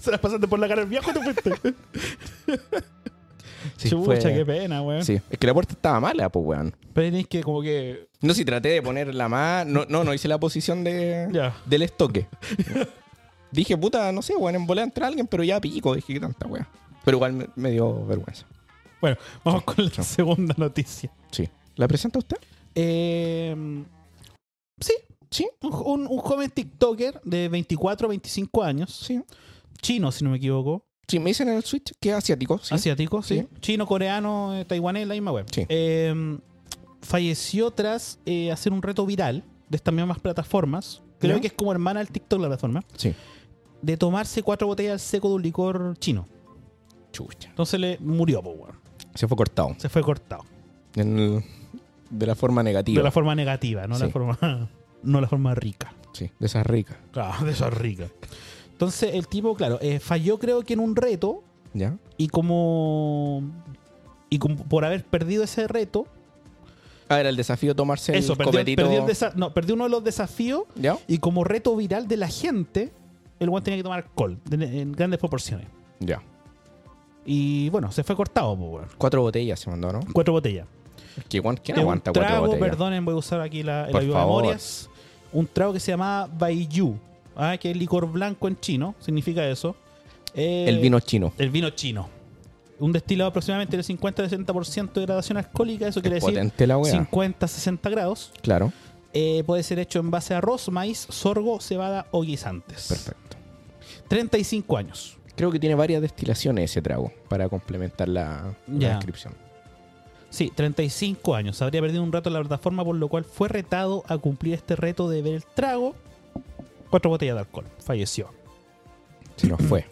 S1: Se las pasaste por la cara del viejo y te fuiste.
S2: Sí,
S1: Chucha,
S2: fue-
S1: qué pena, weón.
S2: Sí, es que la puerta estaba mala, pues, weón.
S1: Pero tenés que como que...
S2: No, si traté de poner la mano. No, no, no hice la posición de,
S1: Ya.
S2: del estoque. Dije, puta, no sé, weón, en volea entra alguien, pero ya pico, dije que tanta weón. Pero igual me, me dio vergüenza.
S1: Bueno, vamos con la segunda noticia.
S2: Sí. ¿La presenta usted?
S1: Eh, sí,
S2: Sí.
S1: un, jo- un- un joven TikToker de 24 a 25 años,
S2: Sí.
S1: chino si no me equivoco,
S2: Sí, me dicen en el Switch que es asiático. Sí.
S1: asiático, ¿Ah, sí.
S2: Sí.
S1: Chino, coreano, eh, taiwanés, la misma web.
S2: Sí.
S1: Eh, falleció tras eh, hacer un reto viral de estas mismas plataformas. Creo
S2: ¿Ya?
S1: que es como hermana del TikTok la plataforma.
S2: Sí.
S1: De tomarse cuatro botellas al seco de un licor chino.
S2: Chucha.
S1: Entonces le murió, po, weón.
S2: Se fue cortado.
S1: Se fue cortado.
S2: En el- de la forma negativa.
S1: De la forma negativa, no la
S2: Sí.
S1: forma. No la forma rica.
S2: Sí, de esas ricas.
S1: Claro, de esas ricas. Entonces, el tipo, claro, eh, falló creo que en un reto
S2: ¿Ya?
S1: y como... Y como por haber perdido ese reto...
S2: Ah, era el desafío tomarse
S1: eso,
S2: el
S1: perdió,
S2: copetito.
S1: perdió el desa- no, perdió uno de los desafíos
S2: ¿Ya?
S1: y como reto viral de la gente, el guan tenía que tomar alcohol de- en, grandes proporciones.
S2: Ya.
S1: Y bueno, se fue cortado, pues, weón.
S2: Cuatro botellas se mandó, ¿no?
S1: Cuatro botellas.
S2: Que, weón, ¿Quién
S1: De un
S2: aguanta cuatro
S1: trago,
S2: botellas?
S1: perdonen, voy a usar aquí la, el
S2: Por
S1: ayuda de
S2: favor.
S1: memorias. Un trago que se llamaba Baiyu, ah, que es licor blanco en chino, significa eso. Eh,
S2: El vino chino.
S1: El vino chino. Un destilado aproximadamente del 50-60% de gradación alcohólica, eso
S2: Es
S1: quiere decir
S2: potente la weá.
S1: 50-60 grados.
S2: Claro.
S1: Eh, puede ser hecho en base a arroz, maíz, sorgo, cebada o guisantes.
S2: Perfecto.
S1: 35 años.
S2: Creo que tiene varias destilaciones ese trago para complementar la, la
S1: Ya.
S2: descripción.
S1: Sí, 35 años. Habría perdido un rato en la plataforma, por lo cual fue retado a cumplir este reto de ver el trago. Cuatro botellas de alcohol. Falleció.
S2: Se nos fue.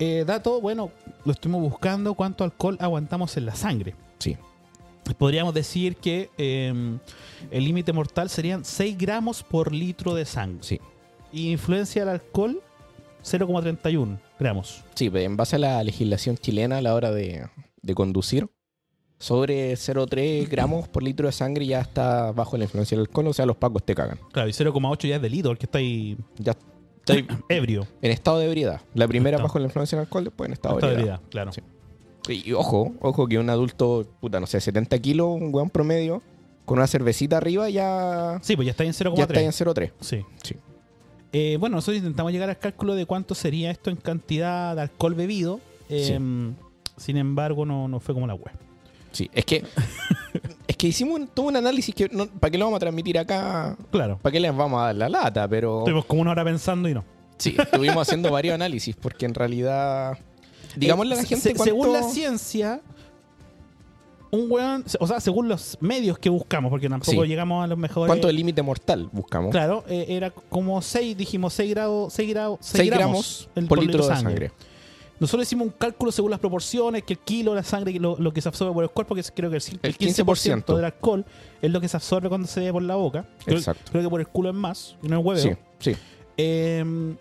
S1: Eh, dato, bueno, lo estuvimos buscando cuánto alcohol aguantamos en la sangre.
S2: Sí.
S1: podríamos decir que eh, el límite mortal serían 6 gramos por litro de sangre.
S2: Sí.
S1: Y influencia del alcohol, 0,31 gramos.
S2: Sí, pues, en base a la legislación chilena a la hora de, de conducir, sobre 0,3 gramos por litro de sangre ya está bajo la influencia del alcohol, o sea, los pacos te cagan.
S1: Claro, y 0,8 ya es delito, porque está ahí
S2: Ya estoy
S1: ebrio.
S2: en estado de ebriedad. La primera
S1: Está.
S2: bajo la influencia del alcohol, después en estado,
S1: Está
S2: de
S1: de
S2: ebriedad.
S1: vida, claro.
S2: Sí. Y, y ojo, ojo que un adulto, puta, no sé, 70 kilos, un weón promedio, con una cervecita arriba ya,
S1: Sí, pues ya está en
S2: ya está
S1: 0,3.
S2: en 0,3.
S1: Sí.
S2: Sí.
S1: Eh, bueno, nosotros intentamos llegar al cálculo de cuánto sería esto en cantidad de alcohol bebido. Eh, Sin embargo, no, no fue como la web.
S2: Sí, es que, es que hicimos un- todo un análisis que, no- ¿para qué lo vamos a transmitir acá?
S1: Claro.
S2: ¿Para qué les vamos a dar la lata? Pero
S1: Estuvimos como una hora pensando y no.
S2: Sí, estuvimos haciendo varios análisis porque en realidad. Digámosle a la
S1: Eh,
S2: gente
S1: se-
S2: cuánto-
S1: Según la ciencia, un weón. O sea, según los medios que buscamos, porque tampoco
S2: Sí.
S1: llegamos a los mejores.
S2: cuánto el límite mortal buscamos.
S1: eh, Claro, eh, era como 6, dijimos 6 grados, 6 grados,
S2: 6
S1: seis
S2: gramos
S1: el
S2: por litro de sangre.
S1: Nosotros hicimos un cálculo según las proporciones, que el kilo de la sangre, lo, lo que se absorbe por el cuerpo, que es- creo que el, cin-
S2: El
S1: el 15%,
S2: 15%.
S1: del alcohol es lo que se absorbe cuando se ve por la boca. Creo,
S2: Exacto.
S1: creo que por el culo es más, no es huevo.
S2: Sí, sí.
S1: Eh,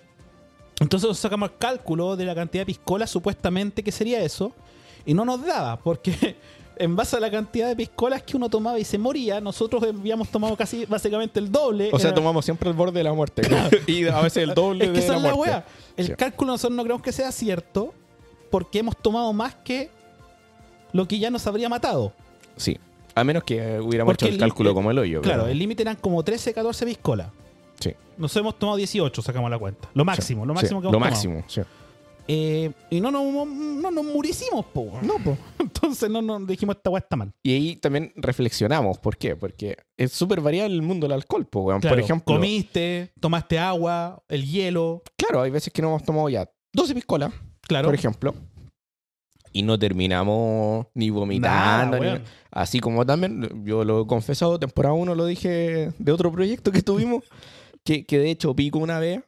S1: entonces nos sacamos el cálculo de la cantidad de piscola, supuestamente que sería eso, y no nos daba, porque en base a la cantidad de piscolas que uno tomaba y se moría, nosotros habíamos tomado casi básicamente el doble.
S2: O sea,
S1: Era-
S2: tomamos siempre el borde de la muerte. y a veces el doble
S1: es que
S2: de
S1: esa
S2: la
S1: es la
S2: muerte.
S1: weá. El
S2: Sí.
S1: cálculo nosotros no creemos que sea cierto, porque hemos tomado más que lo que ya nos habría matado.
S2: Sí. A menos que eh, hubiéramos
S1: Porque
S2: hecho el,
S1: el-
S2: cálculo
S1: el-
S2: como el hoyo.
S1: Claro,
S2: pero-
S1: el límite eran como 13, 14 piscolas.
S2: Sí.
S1: Nos hemos tomado 18, sacamos la cuenta. Lo máximo,
S2: Sí,
S1: lo máximo
S2: sí,
S1: que hemos
S2: Lo
S1: tomado.
S2: máximo, sí.
S1: Eh, y no nos, no nos muricimos, po. No, po. Entonces no nos dijimos esta weá está mal.
S2: Y ahí también reflexionamos. ¿Por qué? Porque es súper variable el mundo del alcohol, po, weón.
S1: Claro,
S2: Por ejemplo,
S1: comiste, tomaste agua, el hielo.
S2: claro, hay veces que no hemos tomado ya 12 piscolas,
S1: Claro.
S2: por ejemplo. Y no terminamos ni vomitando.
S1: Nah,
S2: ni-
S1: weón.
S2: Así como también, yo lo he confesado, temporada 1 lo dije de otro proyecto que tuvimos, que, que de hecho pico una vez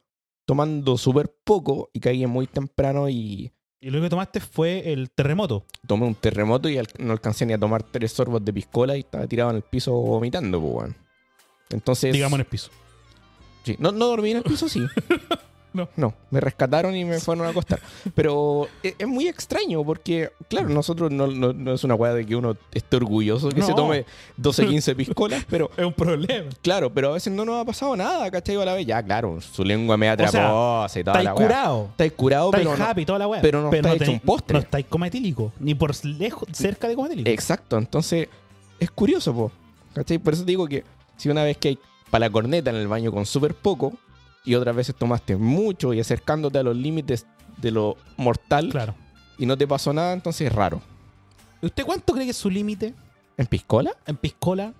S2: tomando súper poco y caí muy temprano y
S1: Y lo que tomaste fue el terremoto.
S2: tomé un terremoto y al- no alcancé ni a tomar tres sorbos de piscola y estaba tirado en el piso vomitando, pues, weón. Entonces.
S1: Digamos en el piso.
S2: sí. No, no dormí en el piso, sí.
S1: No.
S2: No, me rescataron y me fueron a acostar. Pero e, es, es muy extraño porque, claro, nosotros no, no- no es una weá de que uno esté orgulloso que se
S1: No.
S2: tome 12, 15 piscolas, pero.
S1: Es un problema.
S2: Claro, pero a veces no nos ha pasado nada, ¿cachai? A la vez, ya, claro, su lengua media
S1: sea,
S2: traposa y toda
S1: Estáis
S2: la weá.
S1: curado.
S2: Estáis curado,
S1: Estáis
S2: pero no-
S1: happy toda la weá.
S2: pero no estáis hecho
S1: tenéis-
S2: un postre.
S1: No estáis cometílico. Ni por lejos, cerca de cometílico.
S2: Exacto, entonces es curioso, po. ¿Cachai? Por eso te digo que si una vez que hay para la corneta en el baño con súper poco y otras veces tomaste mucho y acercándote a los límites de lo mortal
S1: Claro.
S2: y no te pasó nada, entonces es raro.
S1: ¿Y ¿Usted cuánto cree que es su límite
S2: ¿En piscola?
S1: en piscola?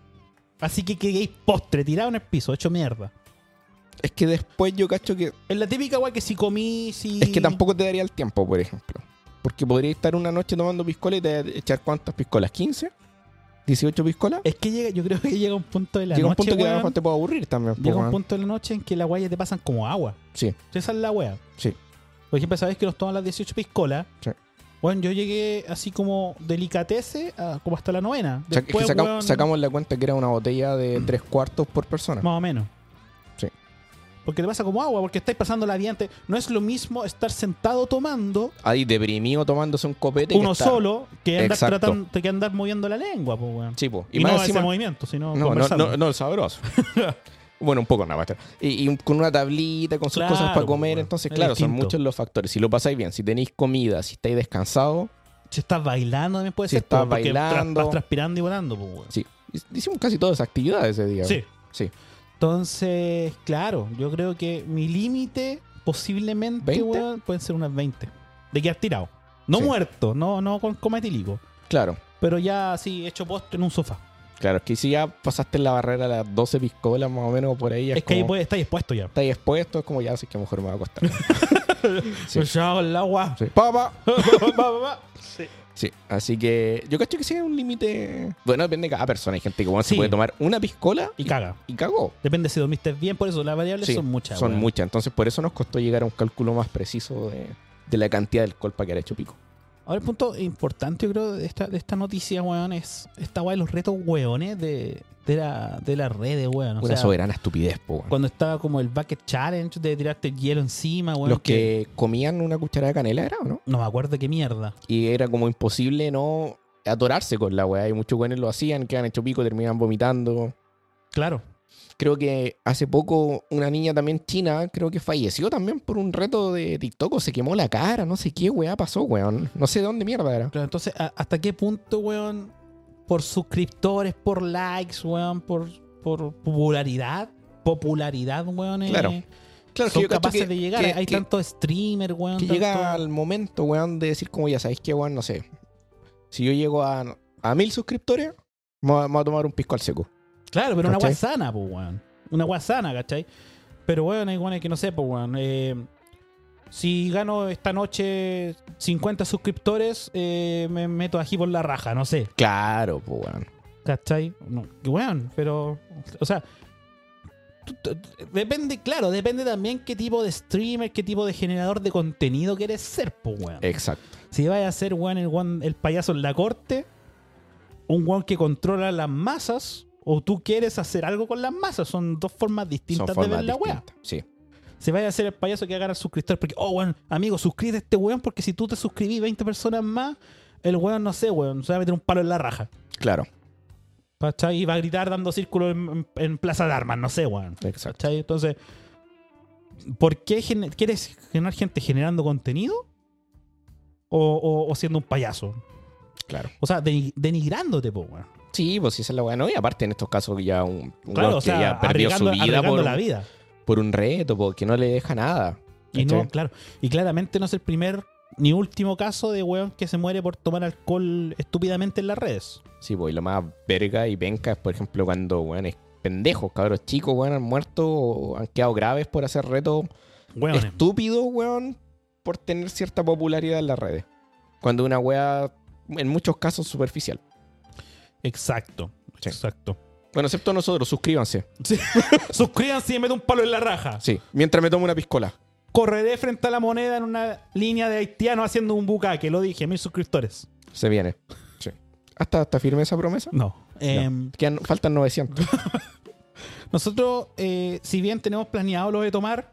S1: Así que queréis postre, tirado en el piso, hecho mierda.
S2: Es que después yo cacho que...
S1: Es la típica weá que si comí, si.
S2: Es que tampoco te daría el tiempo, por ejemplo. Porque podría estar una noche tomando piscola y te echar cuántas piscolas, ¿15? ¿18 piscolas?
S1: Es que llega, yo creo que llega un punto de la
S2: Llega un
S1: noche.
S2: punto que a lo
S1: weón,
S2: mejor te puede aburrir también. po,
S1: llega un
S2: weón.
S1: punto de la noche en que las guayas te pasan como agua.
S2: Sí,
S1: Esa es la wea.
S2: sí.
S1: Por ejemplo, sabes que nos toman las 18 piscolas.
S2: Sí.
S1: Bueno, yo llegué así como delicatece a- como hasta la novena.
S2: O sea, es que
S1: Después,
S2: saca-
S1: weón, Mm.
S2: sacamos la cuenta que era una botella de tres cuartos por persona.
S1: Más o menos.
S2: Sí.
S1: Porque te pasa como agua, porque estáis pasando la vida antes. No es lo mismo estar sentado tomando
S2: Ahí deprimido tomándose un copete. que
S1: uno
S2: está-
S1: solo que andar
S2: Exacto.
S1: tratando que andar moviendo la lengua, pues, weón.
S2: Sí, po.
S1: Y,
S2: Y,
S1: no
S2: más
S1: ese
S2: encima.
S1: movimiento, sino
S2: No, no,
S1: conversarlo.
S2: no, no, el sabroso. bueno, un poco nada más. Y, y un- con una tablita, con sus
S1: Claro,
S2: cosas para comer.
S1: bueno,
S2: Entonces,
S1: es
S2: claro, son
S1: distinto.
S2: muchos los factores. Si lo pasáis bien, si tenéis comida, si estáis descansados.
S1: Si estás bailando también puede
S2: Si
S1: ser.
S2: estás
S1: pues, porque tra-
S2: bailando.
S1: vas transpirando y volando, pues, weón.
S2: Sí. Hicimos casi todas las actividades ese día.
S1: Sí.
S2: Sí.
S1: Entonces, claro, yo creo que mi límite posiblemente,
S2: ¿Veinte?
S1: weón, pueden ser unas 20. De quedar tirado. No
S2: Sí.
S1: muerto, no, no con coma etílico.
S2: Claro.
S1: Pero ya así, hecho postre en un sofá.
S2: Claro, es que si ya pasaste la barrera de las 12 piscolas más o menos por ahí.
S1: Es,
S2: Es,
S1: que ahí
S2: como-
S1: puede, está expuesto ya.
S2: Estáis expuestos, es como ya, así que mejor me va a costar. Sí.
S1: Pues ya, el agua.
S2: Sí. Papá.
S1: Va, va, va.
S2: Sí, así que yo cacho que sí es un límite. Bueno, depende de cada persona. Hay gente que bueno,
S1: Sí.
S2: se puede tomar una piscola
S1: Y caga.
S2: y cagó.
S1: Depende si dormiste bien, por eso las variables
S2: Sí,
S1: son muchas.
S2: Son
S1: weón.
S2: muchas. Entonces, por eso nos costó llegar a un cálculo más preciso de, de la cantidad del colpa que era hecho pico.
S1: Ahora el punto importante, yo creo, de esta, de esta noticia, weón, es esta weá de los retos, weones, de, de, la, de las redes, weón. O
S2: una
S1: sea,
S2: soberana estupidez, po. weón.
S1: Cuando estaba como el bucket challenge de tirarte el hielo encima, weón.
S2: Los que comían una cucharada de canela era, ¿o ¿no?
S1: No me acuerdo qué mierda.
S2: Y era como imposible no atorarse con la weá. Y muchos güeyes lo hacían, que han hecho pico, terminan vomitando.
S1: Claro.
S2: Creo que hace poco una niña también china, creo que falleció también por un reto de TikTok o se quemó la cara, no sé qué weá pasó, weón. No sé de dónde mierda era.
S1: claro entonces, ¿a- ¿hasta qué punto, weón? Por suscriptores, por likes, weón, por, por popularidad. Popularidad, weón. eh,
S2: Claro. Claro,
S1: son capaces de llegar. Hay tanto streamer, weón.
S2: que
S1: tanto-
S2: llega al momento, weón, de decir como ya sabéis que, weón, no sé. Si yo llego a, a mil suscriptores, me voy a- me voy a tomar un pisco al seco.
S1: Claro, pero una
S2: ¿Cachai?
S1: guasana, pues, weón. Una guasana, ¿cachai? Pero, weón, hay weones que no sé, pues, weón. eh, si gano esta noche 50 suscriptores, eh, me meto aquí por la raja, no sé.
S2: Claro, pues, weón.
S1: ¿Cachai? No, que weón, pero. O sea. tú- tú- Depende, claro, depende también qué tipo de streamer, qué tipo de generador de contenido quieres ser, pues, weón.
S2: Exacto.
S1: Si vas a ser, weón, el, weón- el payaso en la corte, un weón que controla las masas, o tú quieres hacer algo con las masas, son dos formas distintas
S2: Son
S1: de ver
S2: formas
S1: la weá.
S2: distintas. Sí.
S1: Si vas a ser el payaso que haga al suscriptor, porque, oh, weón, amigo, suscríbete a este weón, porque si tú te suscribís 20 personas más, el weón, no sé, weón, se va a meter un palo en la raja.
S2: Claro.
S1: ¿Cachai? Y va a gritar dando círculos en, en- en Plaza de Armas, no sé, weón.
S2: Exacto.
S1: ¿Cachai? Entonces, ¿por qué gene- quieres generar gente generando contenido? O, o- o siendo un payaso.
S2: Claro.
S1: O sea, deni- denigrándote, po, weón.
S2: Sí, pues sí, esa es la weá. No, y aparte en estos casos ya un, un
S1: Claro,
S2: weón
S1: o
S2: que
S1: sea,
S2: ya perdió su
S1: arriesgando,
S2: vida
S1: arriesgando
S2: por,
S1: la vida.
S2: por un reto, porque no le deja nada.
S1: Y
S2: ¿Cachai?
S1: no, claro. Y claramente no es el primer ni último caso de weón que se muere por tomar alcohol estúpidamente en las redes.
S2: Sí, pues y lo más verga y penca es, por ejemplo, cuando, weón, es pendejos, cabros chicos, weón, han muerto o han quedado graves por hacer retos
S1: Weón.
S2: estúpidos, weón, por tener cierta popularidad en las redes. Cuando una weá, en muchos casos, superficial.
S1: Exacto.
S2: Sí.
S1: Exacto.
S2: Bueno, excepto nosotros, suscríbanse.
S1: Suscríbanse y mete un palo en la raja.
S2: Sí, mientras me tomo una piscola.
S1: Correré frente a la moneda en una línea de haitianos haciendo un bucaque. Lo dije, mil suscriptores.
S2: Se viene. Sí. ¿Hasta, hasta firme esa promesa?
S1: No. Em,
S2: No. Quedan- faltan 900.
S1: Nosotros, eh, si bien tenemos planeado lo de tomar,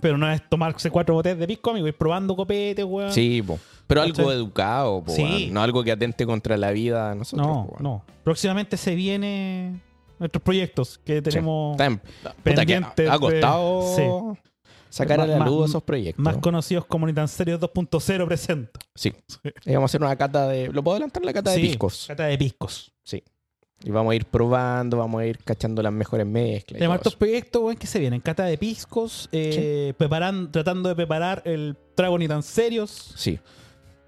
S1: pero no es tomarse cuatro botellas de pisco, amigo, ir probando copete, weón.
S2: Sí, po. Pero algo
S1: ¿Cachai?
S2: educado, po,
S1: Sí.
S2: weón. no algo que atente contra la vida de nosotros.
S1: No,
S2: po, weón.
S1: no. Próximamente se vienen nuestros proyectos que
S2: Sí.
S1: tenemos
S2: Está en- puta, que
S1: pendientes
S2: ha, ha
S1: de-
S2: costado
S1: Sí.
S2: sacar a
S1: Más-
S2: la
S1: más-
S2: luz esos proyectos.
S1: más conocidos como Ni tan Serios 2.0 presenta.
S2: sí. Y vamos a hacer una cata de. ¿Lo puedo adelantar? La cata
S1: Sí,
S2: de discos.
S1: Cata de piscos.
S2: Y vamos a ir probando, vamos a ir cachando las mejores mezclas. y
S1: Tenemos
S2: todo
S1: estos proyectos, weón, que se vienen. Cata de piscos, eh, preparan- tratando de preparar el trago Ni tan Serios.
S2: eso. Sí,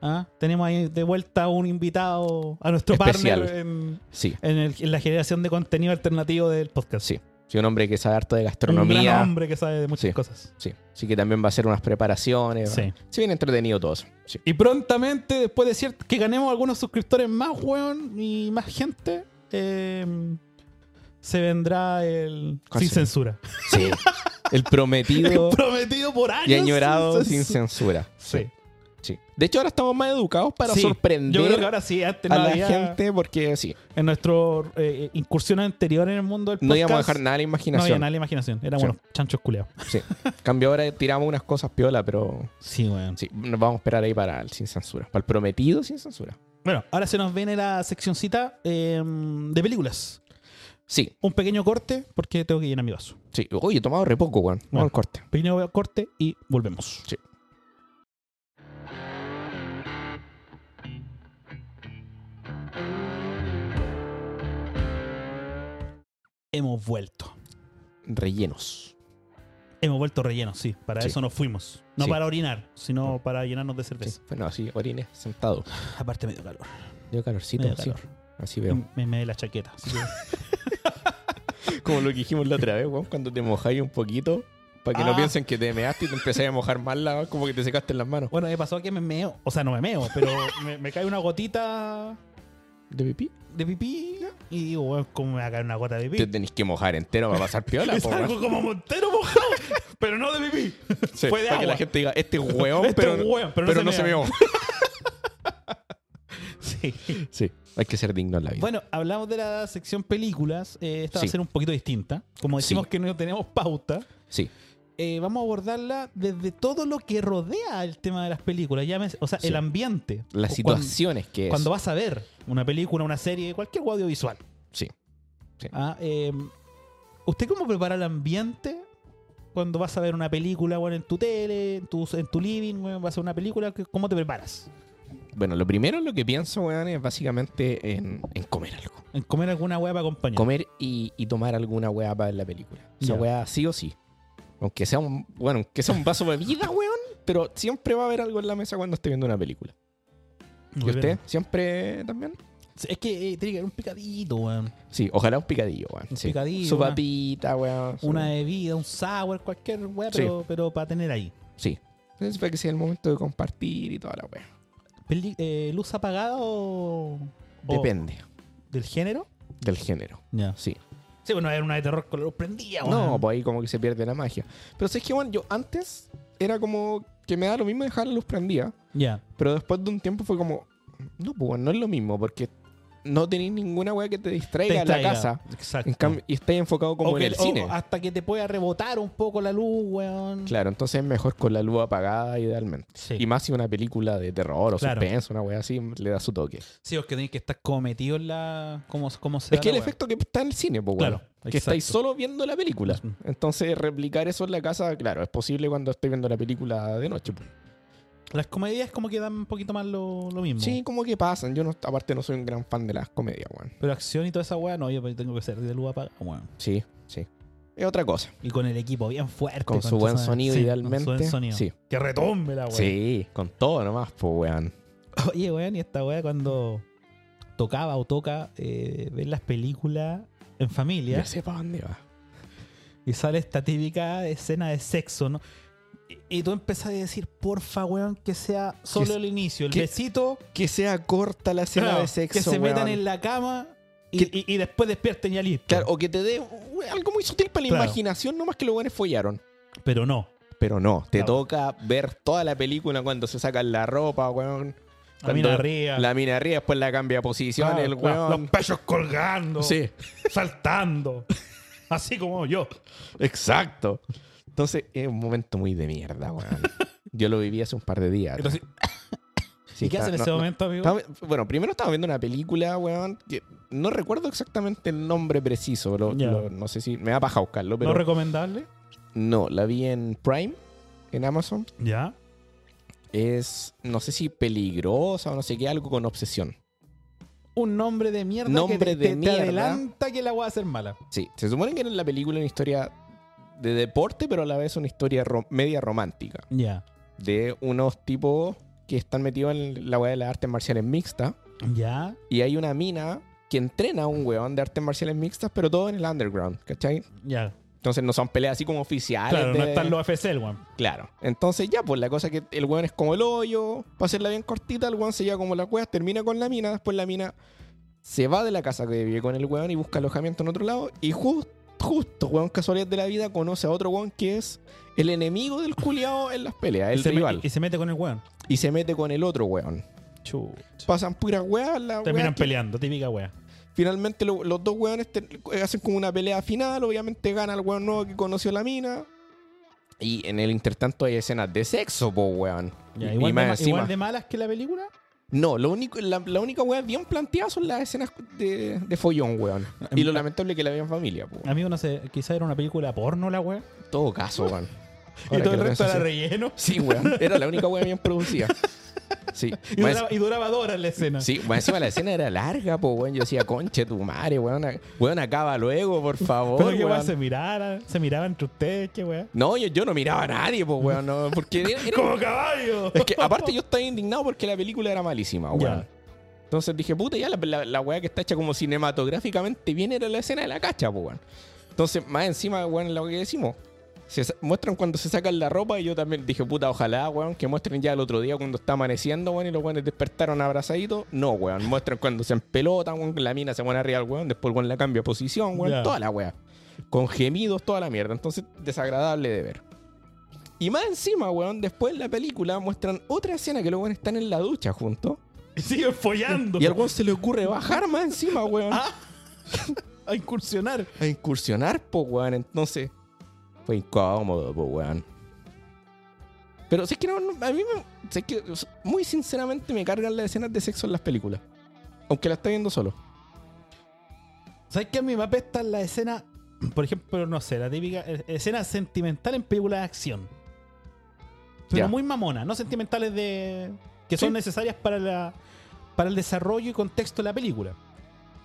S1: ¿ah? Tenemos ahí de vuelta un invitado a nuestro partner
S2: Especial.
S1: en,
S2: sí,
S1: en el- en la generación de contenido alternativo del podcast.
S2: sí. Soy un hombre que sabe harto de
S1: Un gran
S2: gastronomía.
S1: hombre que sabe de muchas
S2: Sí.
S1: cosas.
S2: Sí. Así que también va a hacer unas preparaciones.
S1: Sí.
S2: Sí. Se viene entretenido todo eso. Sí.
S1: Y prontamente, después de cierto, que ganemos algunos suscriptores más, weón, y más gente, eh, se vendrá el
S2: ¿Cuál
S1: Sin
S2: será?
S1: Censura.
S2: Sí. El prometido
S1: Prometido por años.
S2: y añorado
S1: Sin
S2: sin
S1: Censura.
S2: censura.
S1: Sí.
S2: Sí. De hecho, ahora estamos más educados para
S1: Sí.
S2: sorprender
S1: Yo creo que ahora sí, antes
S2: a
S1: no
S2: la
S1: había-
S2: gente porque sí,
S1: En nuestro eh, incursión anterior en el mundo del podcast.
S2: no íbamos a dejar nada a
S1: No había
S2: la imaginación.
S1: nada de imaginación. Éramos
S2: Sí.
S1: unos chanchos culeados.
S2: Sí. En Cambio ahora tiramos unas cosas piola, pero
S1: Sí, weón.
S2: sí, nos vamos a esperar ahí para el sin censura, para el prometido sin censura.
S1: Bueno, ahora se nos viene la seccioncita eh, de películas.
S2: Sí,
S1: Un pequeño corte, porque tengo que llenar mi vaso.
S2: sí. Oye, he tomado re poco, weón.
S1: Bueno.
S2: Vamos al corte.
S1: Pequeño corte y volvemos. Hemos vuelto.
S2: Rellenos.
S1: Hemos vuelto rellenos, sí. Para
S2: Sí.
S1: eso nos fuimos. No
S2: Sí.
S1: para orinar, sino para llenarnos de cerveza.
S2: Sí. Bueno, así, orines sentado.
S1: Aparte me dio calor.
S2: Dio calorcito,
S1: Me dio
S2: sí.
S1: calor. Mm.
S2: Así veo.
S1: Me, me dio la chaqueta. así que-
S2: Como lo que dijimos la otra vez, weón, cuando te mojáis un poquito, para que
S1: Ah.
S2: no piensen que te measte y te empezáis a mojar más, la, como que te secaste en las manos.
S1: bueno, me pasó que me meo. O sea, no me meo, pero me, me cae una gotita
S2: ¿De pipí?
S1: de pipí. Y digo, bueno, ¿cómo me va a caer una gota de
S2: Te
S1: pipí?
S2: tenés que mojar entero para pasar piola,
S1: Es
S2: po, weón.
S1: algo como montero mojado, pero no de pipí.
S2: Sí,
S1: Fue de
S2: para que
S1: agua.
S2: la gente diga, este es hueón,
S1: Este
S2: pero,
S1: es hueón, pero no se mea".
S2: meó.
S1: Sí.
S2: Sí, hay que ser digno en la vida.
S1: Bueno, hablamos de la sección películas. Eh, esta va a
S2: Sí.
S1: ser un poquito distinta. Como decimos
S2: Sí.
S1: que no tenemos pauta.
S2: sí,
S1: eh, vamos a abordarla desde todo lo que rodea el tema de las películas, llámese- o sea,
S2: Sí.
S1: el ambiente.
S2: las
S1: O
S2: situaciones
S1: Cuando,
S2: que es.
S1: cuando vas a ver una película, una serie, cualquier audiovisual.
S2: Sí. Sí.
S1: Ah, eh, ¿Usted cómo prepara el ambiente cuando vas a ver una película bueno, en tu tele, en tu, en tu living, bueno, vas a ver una película? que- ¿Cómo te preparas?
S2: Bueno, lo primero lo que pienso, weón, es básicamente en, en comer algo.
S1: ¿En comer alguna hueá para acompañar?
S2: Comer y, y tomar alguna weá para ver la película. Esa
S1: Ya.
S2: weá sí o sí. Aunque sea un, bueno, aunque sea un vaso de bebida, weón, pero siempre va a haber algo en la mesa cuando esté viendo una película.
S1: Muy
S2: ¿Y usted?
S1: bien.
S2: ¿Siempre también?
S1: Es que eh, tiene que haber un picadito, weón.
S2: Sí, ojalá un picadillo, weón.
S1: Un
S2: sí.
S1: picadillo,
S2: Su
S1: una-
S2: papita, weón. su-
S1: Una bebida, un sour, cualquier hueá,
S2: Sí.
S1: pero, pero para tener ahí.
S2: Sí. Es para que sea el momento de compartir y toda la wea.
S1: Peli- eh, ¿Luz apagada o, o
S2: Depende
S1: del género?
S2: del género.
S1: Ya.
S2: Sí.
S1: Sí, pues bueno, era una de terror con la luz prendida, weón.
S2: No, pues ahí como que se pierde la magia. Pero si es que, bueno, yo antes era como que me da lo mismo dejar la luz prendida.
S1: Ya.
S2: Pero después de un tiempo fue como, no, pues bueno, no es lo mismo porque no tenéis ninguna wea que te distraiga,
S1: Te
S2: en
S1: distraiga.
S2: la casa.
S1: Exacto.
S2: En cambio, y estáis enfocado como
S1: O
S2: en
S1: que-
S2: el
S1: o- ah.
S2: cine.
S1: hasta que te pueda rebotar un poco la luz, weón.
S2: Claro, entonces es mejor con la luz apagada idealmente.
S1: Sí.
S2: Y más si una película de terror o
S1: Claro.
S2: suspenso, una wea así, le da su toque.
S1: Sí, es que tenés que estar cometido en la. ¿Cómo, cómo se
S2: Es
S1: da
S2: que el
S1: la weá.
S2: efecto que está en el cine, pues, weón.
S1: Claro,
S2: que estáis
S1: exacto.
S2: solo viendo la película.
S1: Ujú.
S2: Entonces, replicar eso en la casa, claro, es posible cuando estoy viendo la película de noche. pues.
S1: Las comedias como que dan un poquito más lo, lo mismo.
S2: Sí, como que pasan. Yo no, aparte no soy un gran fan de las comedias, weón.
S1: Pero acción y toda esa weá, no, yo tengo que ser de luz apagada, weón.
S2: Sí, sí. Es otra cosa.
S1: Y con el equipo bien fuerte.
S2: Con su
S1: tu
S2: buen
S1: madre.
S2: sonido,
S1: Sí, con su
S2: idealmente.
S1: buen sonido.
S2: Sí.
S1: Que retombe la weá.
S2: Sí, con todo nomás, pues, weón.
S1: Oye, weón, y esta weá cuando tocaba o toca eh, ver las películas en familia.
S2: Ya sé para dónde va.
S1: Y sale esta típica escena de sexo, ¿no? Y, y tú empiezas a decir, porfa, weón, que sea solo
S2: Que-
S1: el inicio, el
S2: que-
S1: besito,
S2: Que sea corta la escena
S1: claro,
S2: de sexo,
S1: que se metan
S2: weón.
S1: en la cama y,
S2: Que-
S1: y- y después despierten ya listo.
S2: Claro, o que te dé we- algo muy sutil para la
S1: Claro.
S2: imaginación, nomás que los weones follaron.
S1: Pero no.
S2: Pero no, te
S1: Claro.
S2: toca ver toda la película cuando se sacan la ropa, weón.
S1: La
S2: Cuando
S1: mina arriba.
S2: La mina arriba, después la cambia de posición,
S1: claro,
S2: el
S1: claro,
S2: weón.
S1: Los pechos colgando,
S2: Sí,
S1: saltando. así como yo.
S2: exacto. Entonces, es un momento muy de mierda, weón. Yo lo viví hace un par de días.
S1: Entonces,
S2: Sí,
S1: ¿Y qué
S2: está-
S1: hace en
S2: no-
S1: ese
S2: no-
S1: momento, amigo?
S2: estaba- bueno, primero estaba viendo una película, weón, que no recuerdo exactamente el nombre preciso. lo-
S1: Ya.
S2: lo- no sé si me da paja buscarlo, pero
S1: ¿No recomendable?
S2: no, la vi en Prime, en Amazon.
S1: Ya.
S2: es, no sé si peligrosa o no sé qué, algo con obsesión.
S1: Un nombre de mierda
S2: Nombre
S1: que te,
S2: de
S1: te- te
S2: mierda.
S1: adelanta que la voy a hacer mala.
S2: Sí, se supone que en la película una historia de deporte, pero a la vez una historia ro- media romántica.
S1: Ya.
S2: De unos tipos que están metidos en la weá de las artes marciales mixtas.
S1: Ya.
S2: Y hay una mina que entrena a un weón de artes marciales mixtas, pero todo en el underground, ¿cachai?
S1: Ya.
S2: Entonces no son peleas así como oficiales.
S1: Claro, no
S2: de-
S1: están los AFC, el weón.
S2: Claro. Entonces ya, pues la cosa es que el weón es como el hoyo, para hacerla bien cortita, el weón se lleva como la cueva, termina con la mina, después la mina se va de la casa que vive con el weón y busca alojamiento en otro lado y justo, justo, weón, casualidad de la vida, conoce a otro weón que es el enemigo del culiao en las peleas, el
S1: se me-
S2: rival.
S1: y se mete con el weón.
S2: y se mete con el otro weón.
S1: Chucha.
S2: Pasan puras weas, la wea
S1: Terminan
S2: que-
S1: peleando, típica wea.
S2: Finalmente lo- los dos weones te- hacen como una pelea final, obviamente gana el weón nuevo que conoció la mina. Y en el intertanto hay escenas de sexo, po, weón.
S1: Ya,
S2: Y-
S1: igual,
S2: y
S1: de,
S2: más
S1: ma-
S2: encima.
S1: igual de malas que la película.
S2: No, lo único, la, la única weá bien planteada son las escenas de, de follón, weón. Y lo lamentable es que la vi en familia, po.
S1: Amigo, no sé, quizá era una película porno la wea.
S2: En todo caso, weón.
S1: Y
S2: Ahora
S1: todo
S2: que
S1: el
S2: lo
S1: resto
S2: pienso
S1: era
S2: así.
S1: relleno.
S2: Sí, weón. Era la única weá bien producida. Sí.
S1: Y
S2: Más-
S1: duraba, y duraba dos horas la escena.
S2: Sí, bueno, encima la escena era larga, po, weón. Yo decía, conche tu madre, weón. a- Weón, acaba luego, por favor,
S1: Pero que wea
S2: weón.
S1: se mirara, se miraba entre ustedes, qué wea.
S2: No, yo, yo no miraba a nadie, pues, weón. no, porque era- era-
S1: ¡Como caballo!
S2: es que aparte yo estaba indignado porque la película era malísima, weón.
S1: Ya.
S2: Entonces dije, puta, ya la, la, la weá que está hecha como cinematográficamente bien era la escena de la cacha, pues, weón. Entonces, más encima, weón, lo que decimos. Se sa- muestran cuando se sacan la ropa y yo también dije, puta, ojalá, weón, que muestren ya el otro día cuando está amaneciendo, weón, y los weones despertaron abrazaditos. No, weón, muestran cuando se empelotan, weón, la mina se pone arriba al weón, después el weón la cambia de posición, weón,
S1: Ya.
S2: toda la weá. Con gemidos, toda la mierda. Entonces, desagradable de ver. Y más encima, weón, después en la película muestran otra escena que los weones están en la ducha juntos.
S1: Y siguen follando.
S2: Y al weón se le ocurre bajar más encima, weón.
S1: a incursionar.
S2: A incursionar, po, weón. Entonces, fue incómodo, po, weón. Pero si es que no, no- a mí me, si es que, o sea, muy sinceramente me cargan las escenas de sexo en las películas. Aunque la esté viendo solo.
S1: ¿Sabes qué? A mí me apestan la escena, por ejemplo, no sé, la típica eh, escena sentimental en películas de acción. Pero
S2: Ya.
S1: muy mamona, no sentimentales de que son
S2: Sí.
S1: necesarias para, la, para el desarrollo y contexto de la película.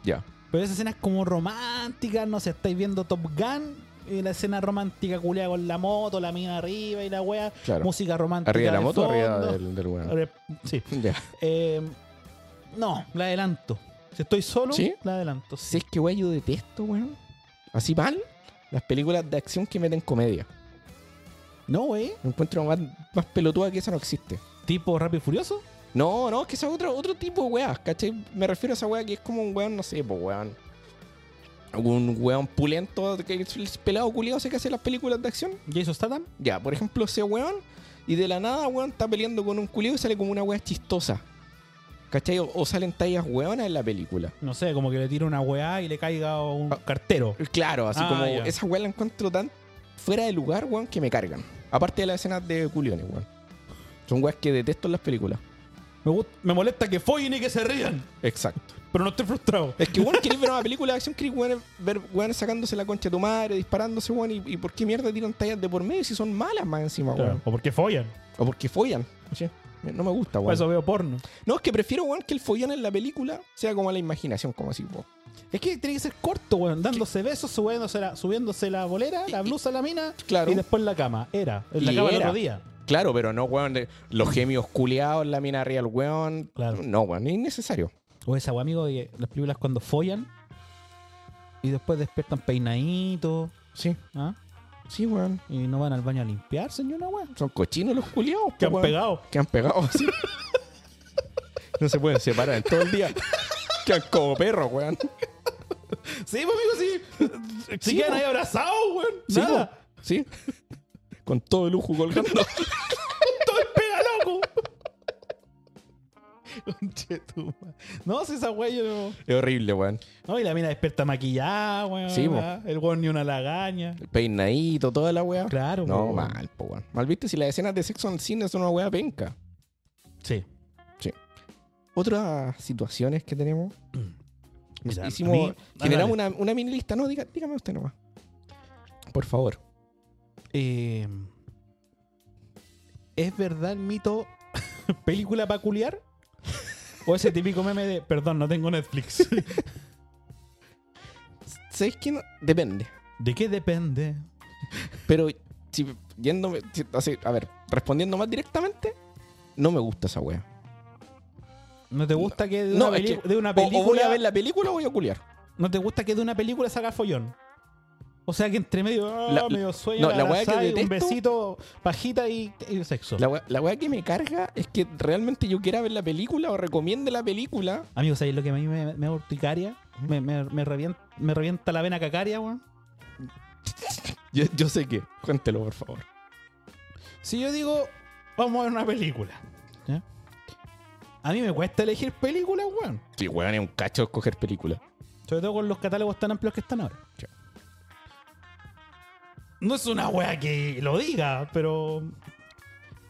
S2: Ya.
S1: Pero esas escenas como románticas, no sé, estáis viendo Top Gun, y la escena romántica culeada con la moto, la mina arriba y la wea,
S2: Claro.
S1: música romántica.
S2: arriba de la
S1: de
S2: moto, arriba
S1: fondo.
S2: del, del weón.
S1: Arriba- Sí.
S2: Ya.
S1: Eh, no, la adelanto. Si estoy solo,
S2: ¿Sí?
S1: la adelanto.
S2: Si es que, weón, yo detesto, weón. Así mal. Las películas de acción que meten comedia.
S1: No, eh. wey.
S2: Encuentro más, más pelotuda que esa no existe.
S1: Tipo Rápido y Furioso.
S2: No, no, es que esa es otro, otro tipo de weá, ¿cachai? Me refiero a esa weá que es como un weón, no sé, pues weón. Algún weón pulento, que es el pelado culiado sé que hace las películas de acción.
S1: Jason Statham.
S2: Ya, por ejemplo, ese weón, y de la nada, weón, está peleando con un culiado y sale como una weá chistosa. ¿Cachai? O, o salen tallas weonas en la película.
S1: No sé, como que le tira una weá y le caiga un
S2: Ah.
S1: cartero.
S2: Claro, así
S1: Ah,
S2: como
S1: ya.
S2: esa weá la encuentro tan fuera de lugar, weón, que me cargan. Aparte de las escenas de culiones, weón. Son weas que detesto en las películas.
S1: Me, gust- me molesta que follen y que se rían.
S2: Exacto.
S1: Pero no estoy frustrado.
S2: Es que, weón, querés ver una película de acción, querés weón, ver weón sacándose la concha de tu madre, disparándose, weón, y, y por qué mierda tiran tallas de por medio si son malas más encima, weón.
S1: Claro, O porque follan.
S2: O porque follan. Oye, me- no me gusta,
S1: Por
S2: weón.
S1: eso veo porno.
S2: No, es que prefiero, weón, que el follón en la película sea como a la imaginación, como así, weón.
S1: Es que tiene que ser corto, weón. Dándose besos, subiéndose la, subiéndose la bolera, la
S2: Y-
S1: blusa a la mina.
S2: claro.
S1: Y después la cama. Era. En la
S2: Y
S1: cama el
S2: era.
S1: otro día.
S2: Claro, pero no, weón, de- los gemios culeados, la mina real, weón.
S1: Claro.
S2: No, weón, es innecesario.
S1: O esa weá, amigo, de las películas cuando follan. Y después despiertan peinaditos.
S2: Sí,
S1: ¿ah?
S2: sí, weón.
S1: Y no van al baño a limpiarse ni una weá.
S2: Son cochinos los culeados,
S1: Que han pegado.
S2: Que han pegado, sí. no se pueden separar en todo el día. Que han como perros, weón.
S1: Sí, pues, amigo, sí. Se
S2: Eh, Sí,
S1: quedan
S2: po.
S1: ahí abrazados, weón.
S2: Sí,
S1: Nada.
S2: po. Sí. Con todo el lujo colgando.
S1: Todo el pega loco. Conchetumare. no, si esa weá yo no.
S2: es horrible, weón.
S1: No, y la mina despierta maquillada, weón.
S2: Sí, po.
S1: ¿verdad? El weón ni una lagaña.
S2: El peinadito, toda la weá.
S1: Claro,
S2: No,
S1: po.
S2: mal, po, weón. Mal viste si las escenas de sexo en el cine son una weá penca.
S1: Sí.
S2: Otras situaciones que tenemos.
S1: Mira, a
S2: Hicimos,
S1: mí- ah,
S2: generamos
S1: dale.
S2: una, una mini lista. No, diga- dígame usted nomás. Por favor.
S1: Eh, ¿Es verdad el mito película peculiar? ¿O ese típico meme de, perdón, no tengo Netflix?
S2: ¿Sabéis que no? Depende.
S1: ¿De qué depende?
S2: Pero si yéndome, si- así, a ver, respondiendo más directamente, no me gusta esa wea.
S1: ¿No te gusta que de una,
S2: No, es
S1: peli-
S2: que-
S1: de una
S2: O, o voy
S1: película...
S2: a ver la película o voy a culiar.
S1: ¿No te gusta que de una película saca follón? O sea que entre medio, ah,
S2: La-
S1: medio sueño,
S2: no, la
S1: abrazá
S2: weá que
S1: y un
S2: detesto-
S1: besito, pajita y, y sexo.
S2: La wea, la wea que me carga es que realmente yo quiera ver la película o recomiende la película.
S1: Amigos, ¿sabéis lo que a mí me, me da urticaria? Me, me, me, revienta, me revienta la vena cacaria, weón.
S2: Yo, yo sé que, cuéntelo por favor.
S1: Si yo digo, vamos a ver una película. ¿ya? A mí me cuesta elegir películas, weón.
S2: Sí, weón, es un cacho escoger película.
S1: Sobre todo con los catálogos tan amplios que están ahora.
S2: Sí.
S1: No es una wea que lo diga, pero.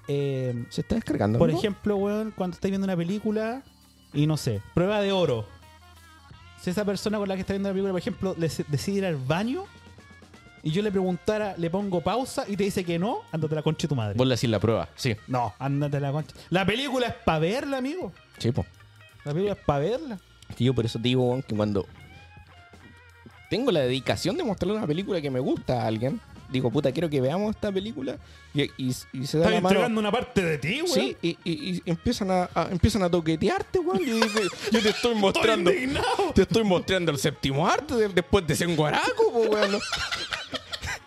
S1: eh,
S2: ¿Se está descargando?
S1: por
S2: amigo?
S1: ejemplo, weón, cuando estáis viendo una película y no sé, prueba de oro. Si esa persona con la que está viendo la película, por ejemplo, le- decide ir al baño y yo le preguntara, le pongo pausa y te dice que no, ándate a la concha de tu madre.
S2: Vos le hacís la prueba, sí.
S1: No, ándate a la concha. La película es para verla, amigo.
S2: Sí, po.
S1: La película es para verla.
S2: Tío, por eso te digo, weón, que cuando tengo la dedicación de mostrarle una película que me gusta a alguien, digo, puta, quiero que veamos esta película y, y- y se da
S1: Estás
S2: la mano.
S1: entregando una parte de ti, weón.
S2: Sí, y, y- y empiezan, a, a- empiezan a toquetearte, weón. Y dice, yo te estoy
S1: Estoy
S2: mostrando.
S1: indignado.
S2: Te estoy mostrando el séptimo arte de- después de ser un guaraco, po, weón. No,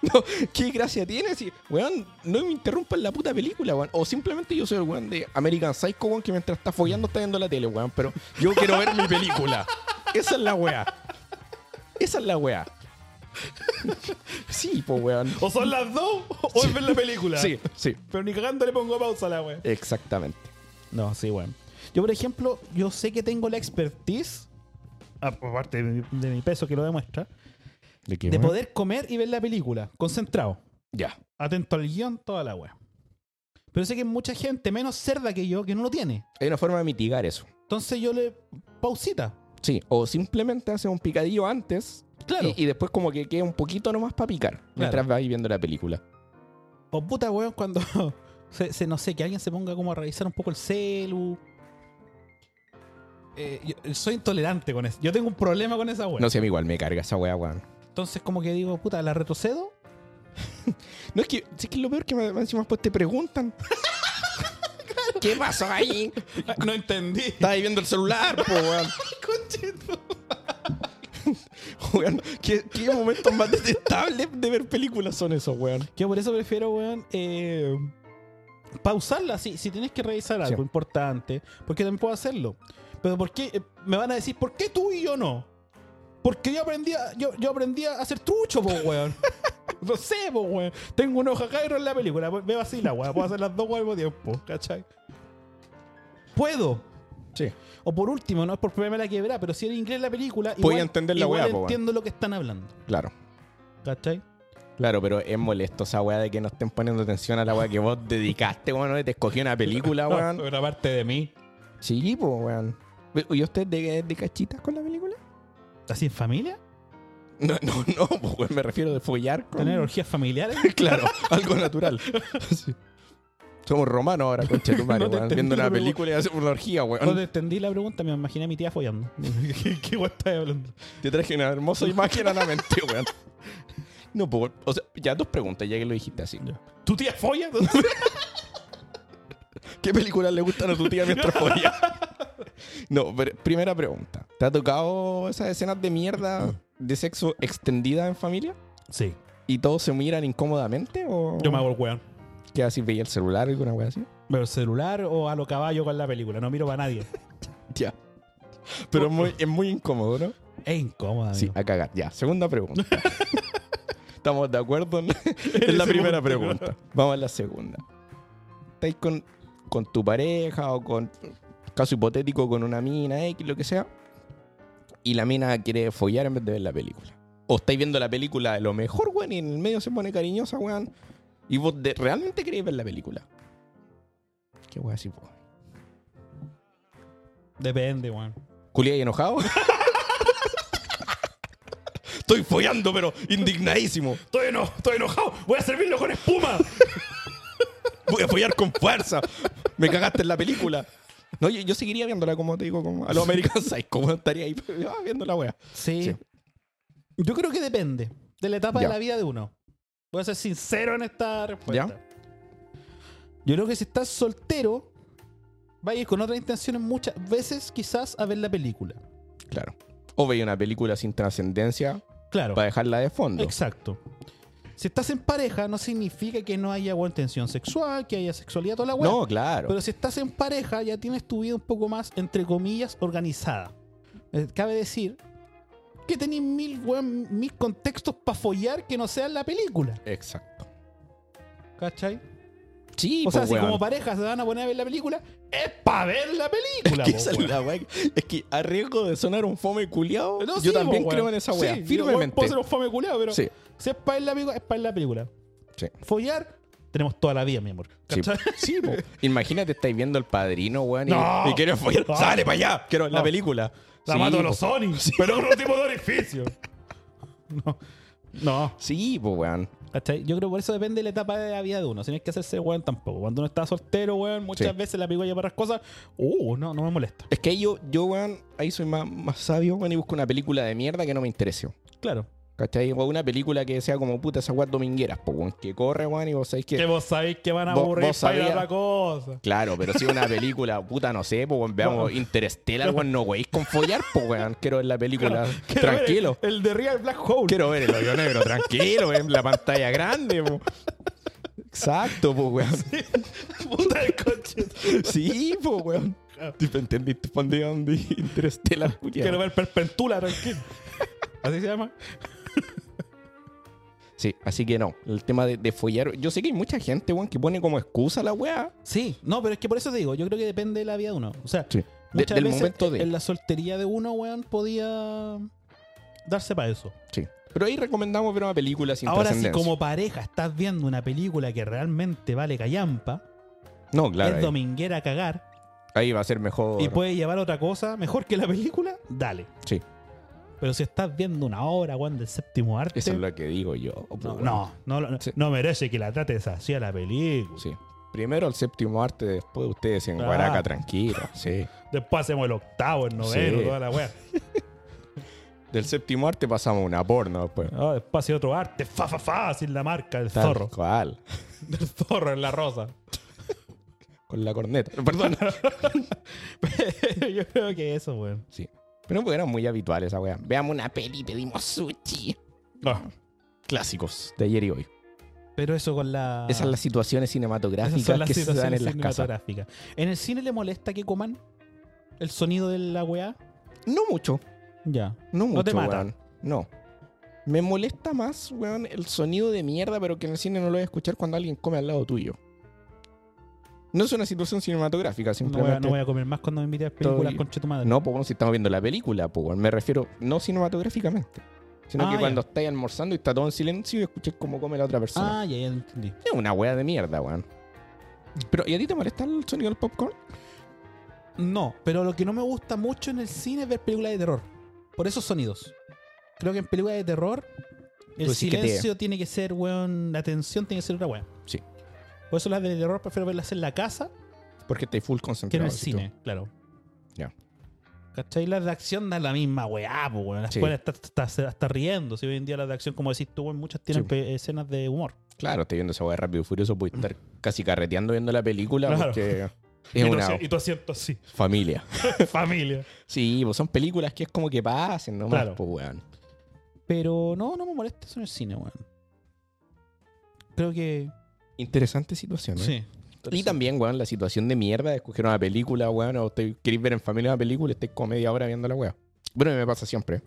S2: No, qué gracia tiene si, weón, no me interrumpan la puta película, weón. O simplemente yo soy el weón de American Psycho, weón, que mientras está follando está viendo la tele, weón. Pero yo quiero ver mi película. Esa es la weá. Esa es la weá. Sí, po, weón.
S1: O son las dos, o es ver la película.
S2: Sí, sí.
S1: Pero ni cagando le pongo pausa a la wea.
S2: Exactamente.
S1: No, sí, weón. Yo, por ejemplo, yo sé que tengo la expertise, aparte de mi, de mi peso que lo demuestra,
S2: ¿De qué,
S1: de poder comer y ver la película, concentrado,
S2: Ya.
S1: atento al guión, toda la wea. Pero sé que hay mucha gente, menos cerda que yo, que no lo tiene.
S2: Hay una forma de mitigar eso.
S1: Entonces yo le pausita.
S2: Sí, o simplemente haces un picadillo antes y, y después como que queda un poquito nomás para picar mientras vais viendo la película.
S1: O puta, weón, cuando se, se- no sé, que alguien se ponga como a revisar un poco el celu. Eh, yo soy intolerante con eso. Yo tengo un problema con esa weón.
S2: No sé, a mí igual me carga esa weá, weón.
S1: Entonces, como que digo, puta, la retrocedo.
S2: No, es que, es que lo peor que me, me encima después te preguntan. ¿Qué pasó ahí?
S1: no entendí.
S2: Estaba ahí viendo el celular, po, weón. weón. ¿Qué, qué momentos más detestables de ver películas son esos, weón?
S1: Yo por eso prefiero, weón, eh, pausarla si, si tienes que revisar algo
S2: Sí.
S1: importante, porque también puedo hacerlo. Pero ¿por qué? eh, Me van a decir, ¿por qué tú y yo no? Porque yo aprendí a, yo, yo aprendí a hacer trucho, po, weón. no sé, po, weón. Tengo un ojo Jairo en la película, po, veo así la weón. Puedo hacer las dos weón al mismo tiempo, ¿cachai? Puedo.
S2: Sí.
S1: O por último, no es por problema la quebrada, pero si era inglés la película,
S2: Podía entender la
S1: igual
S2: weá, po, weón.
S1: entiendo lo que están hablando,
S2: Claro.
S1: ¿cachai?
S2: Claro, pero es molesto esa weá de que no estén poniendo atención a la weá que vos dedicaste, weón. ¿no? Te escogí una película,
S1: No,
S2: weón.
S1: Era parte de mí.
S2: Sí, po, weón. ¿Y usted de, de cachitas con la película?
S1: ¿Así en familia?
S2: No, no, no, po, weón. Me refiero de follar con...
S1: ¿Tener orgías familiares?
S2: Claro, algo natural. Sí. Somos romanos ahora, concha de tu madre,
S1: No te
S2: weón.
S1: entendí
S2: Viendo
S1: la
S2: una
S1: pregunta.
S2: película y hacer una orgía,
S1: No te
S2: weón.
S1: entendí la pregunta, me imaginé a mi tía follando. ¿Qué, qué guay estás hablando?
S2: Te traje una hermosa imagen a la mente, weón. No, po, o sea, ya dos preguntas, ya que lo dijiste así.
S1: ¿Tu tía folla?
S2: ¿Qué películas le gustan a tu tía mientras folla? No, pero primera pregunta. ¿Te ha tocado esas escenas de mierda de sexo extendida en familia?
S1: sí,
S2: ¿Y todos se miran incómodamente? ¿O
S1: yo me hago el weón.
S2: ¿Qué así veía el celular o alguna wea así?
S1: Veo el celular o a lo caballo con la película, no miro para nadie.
S2: Ya. Pero es muy, es muy incómodo, ¿no?
S1: Es incómoda,
S2: Sí,
S1: amigo.
S2: a cagar. Ya, segunda pregunta. Estamos de acuerdo en, en la primera pregunta. Vamos a la segunda. ¿Estáis con, con tu pareja o con, caso hipotético, con una mina X, lo que sea? Y la mina quiere follar en vez de ver la película. O estáis viendo la película de lo mejor, weón, y en el medio se pone cariñosa, weón. Y vos de- realmente queréis ver la película. Qué weón, así, weón.
S1: Depende, weón.
S2: ¿Culia y enojado? Estoy follando, pero indignadísimo.
S1: Estoy, estoy enojado, voy a servirlo con espuma.
S2: Voy a follar con fuerza. Me cagaste en la película. No, yo, yo seguiría viéndola, como te digo, como a los American Psycho. weón, Estaría ahí ah, viendo la wea.
S1: Sí.
S2: Sí.
S1: Yo creo que depende de la etapa
S2: Ya.
S1: de la vida de uno. Voy a ser sincero en esta respuesta.
S2: Ya.
S1: Yo creo que si estás soltero, vayas con otras intenciones muchas veces quizás a ver la película.
S2: Claro. O veía una película sin trascendencia
S1: Claro.
S2: para dejarla de fondo.
S1: Exacto. Si estás en pareja, no significa que no haya buena tensión sexual, que haya sexualidad, toda la weá.
S2: No, claro.
S1: Pero si estás en pareja, ya tienes tu vida un poco más, entre comillas, organizada. Eh, Cabe decir que tenéis mil, weón, mil contextos para follar que no sean la película.
S2: Exacto.
S1: ¿Cachai?
S2: Sí,
S1: O sea,
S2: po,
S1: si
S2: weón.
S1: como pareja se van a poner a ver la película, es para ver la película.
S2: Que
S1: po,
S2: esa es
S1: weón.
S2: la wea que- Es que a riesgo de sonar un fome culiado,
S1: No,
S2: yo
S1: sí, po,
S2: también
S1: weón.
S2: creo en esa wea.
S1: Sí, weón,
S2: firmemente.
S1: Puedo ser un fome culiao, pero
S2: Sí.
S1: si es para ver la película, es para ver la película.
S2: Sí.
S1: Follar, tenemos toda la vida, mi amor.
S2: Sí,
S1: ¿Cachai?
S2: sí, po. Imagínate, estáis viendo el padrino, weón, y,
S1: No.
S2: y quieres follar.
S1: No.
S2: ¡Sale para allá! Quiero ver la
S1: No.
S2: película.
S1: La
S2: Sí,
S1: mato a
S2: po.
S1: los Sony, pero con otro tipo de orificio. No. No,
S2: Sí, pues, weón.
S1: ¿cachai? Yo creo que por eso depende de la etapa de la vida de uno. Si no hay que hacerse weón tampoco. Cuando uno está soltero, weón, muchas
S2: Sí.
S1: veces la película para las cosas. Uh, no, no me molesta.
S2: Es que ahí yo, yo weón, ahí soy más, más sabio, weón, y busco una película de mierda que no me interese.
S1: Claro.
S2: ¿Cachai? O una película que sea como puta esa weón domingueras, po, weón, que corre, weón, y vos sabéis que.
S1: Que vos sabéis que van a
S2: Vos-
S1: aburrir
S2: vos
S1: para ir a
S2: sabías-
S1: otra cosa.
S2: Claro, pero si una película, puta, no sé, po, weón, veamos Interstellar, weón, no weís con follar, po, weón. Quiero ver la película.
S1: Quiero ver
S2: tranquilo.
S1: El, el de Real Black Hole.
S2: Quiero ver el hoyo negro, tranquilo, en la pantalla grande, po. Exacto, po, weón.
S1: Puta el coche.
S2: Sí, po, weón. Tipo, entendiste, pondría donde Interstellar, culiao.
S1: Quiero ver Perpentula, tranquilo. Así se llama.
S2: Sí, así que no, el tema de, de follar. Yo sé que hay mucha gente, weón, que pone como excusa la weá.
S1: Sí, no, pero es que por eso te digo, yo creo que depende de la vida de uno. O sea,
S2: Sí. De-
S1: muchas
S2: del
S1: veces
S2: momento de.
S1: en la soltería de uno, weón, podía darse para eso.
S2: Sí. Pero ahí recomendamos ver una película sin
S1: Ahora, si
S2: trascendencia.
S1: como pareja estás viendo una película que realmente vale callampa,
S2: No, claro.
S1: es
S2: Ahí,
S1: dominguera a cagar
S2: ahí va a ser mejor.
S1: y puede llevar otra cosa mejor que la película, dale.
S2: Sí,
S1: Pero si estás viendo una obra, weón, del séptimo arte,
S2: eso es lo que digo yo. po,
S1: no,
S2: weón.
S1: no, no, no,
S2: Sí.
S1: no merece que la trates así a la película.
S2: Sí. Primero el séptimo arte, después ustedes en
S1: Ah.
S2: Guaraca, tranquilo. Sí.
S1: Después hacemos el octavo, el noveno,
S2: Sí.
S1: toda la weá.
S2: Del séptimo arte pasamos a una porno después.
S1: Ah, después hace otro arte, fa, fa, fa, sin la marca, el
S2: Tal
S1: zorro.
S2: cual.
S1: Del zorro en la rosa.
S2: Con la corneta. Perdón.
S1: Yo creo que eso, weón.
S2: Sí. Pero pues, era muy habitual esa weá. Veamos una peli y pedimos sushi.
S1: Ah,
S2: Clásicos de ayer y hoy.
S1: Pero eso con la.
S2: Esas son las situaciones
S1: Ah. esas son
S2: cinematográficas
S1: las
S2: que se dan
S1: situaciones
S2: en las casas.
S1: cinematográficas. ¿En el cine le molesta que coman el sonido de la weá?
S2: No mucho,
S1: Ya.
S2: no mucho,
S1: te mata.
S2: weón. No. Me molesta más, weón, el sonido de mierda, pero que en el cine no lo voy a escuchar cuando alguien come al lado tuyo. No es una situación cinematográfica,
S1: No voy, a,
S2: simplemente.
S1: no voy a comer más cuando me invites a películas,
S2: Estoy-
S1: concha tu madre.
S2: No, pues bueno, si estamos viendo la película, pues bueno, me refiero no cinematográficamente, sino
S1: Ah,
S2: que
S1: ya.
S2: cuando estáis almorzando y está todo en silencio y escuchas cómo come la otra persona.
S1: Ah, ya, ya entendí.
S2: Es una wea de mierda, weón. Pero, ¿y a ti te molesta el sonido del popcorn?
S1: No, pero lo que no me gusta mucho en el cine es ver películas de terror. Por esos sonidos. Creo que en películas de terror el
S2: Tú decís que te-
S1: silencio tiene que ser, weón, la atención tiene que ser otra weá.
S2: Sí.
S1: Por eso las de terror prefiero verlas en la casa
S2: Porque estáis full
S1: que en
S2: concentrado.
S1: el
S2: así
S1: cine, claro.
S2: Ya.
S1: ¿Cachai? Las de acción dan la misma weá, po, weón. Las
S2: Sí.
S1: cuales hasta, hasta- hasta- hasta riendo. Si hoy en día las de acción, como decís tú, weón, muchas tienen
S2: Sí.
S1: pe- escenas de humor.
S2: tú. Claro, estoy viendo esa wea de Rápido y Furioso, puedes estar casi carreteando viendo la película
S1: Claro.
S2: porque
S1: y,
S2: es
S1: tú
S2: una
S1: asi- y tú asiento así.
S2: familia.
S1: Familia.
S2: Sí, pues son películas que es como que pasen nomás,
S1: Claro.
S2: pues weón.
S1: Pero no, no me molesta eso en el cine, weón. Creo que.
S2: Interesante situación, ¿eh?
S1: Sí.
S2: Y también, weón, la situación de mierda de escoger una película, weón, o te querés ver en familia una película, estés como media hora viendo la weón. Bueno, me pasa siempre.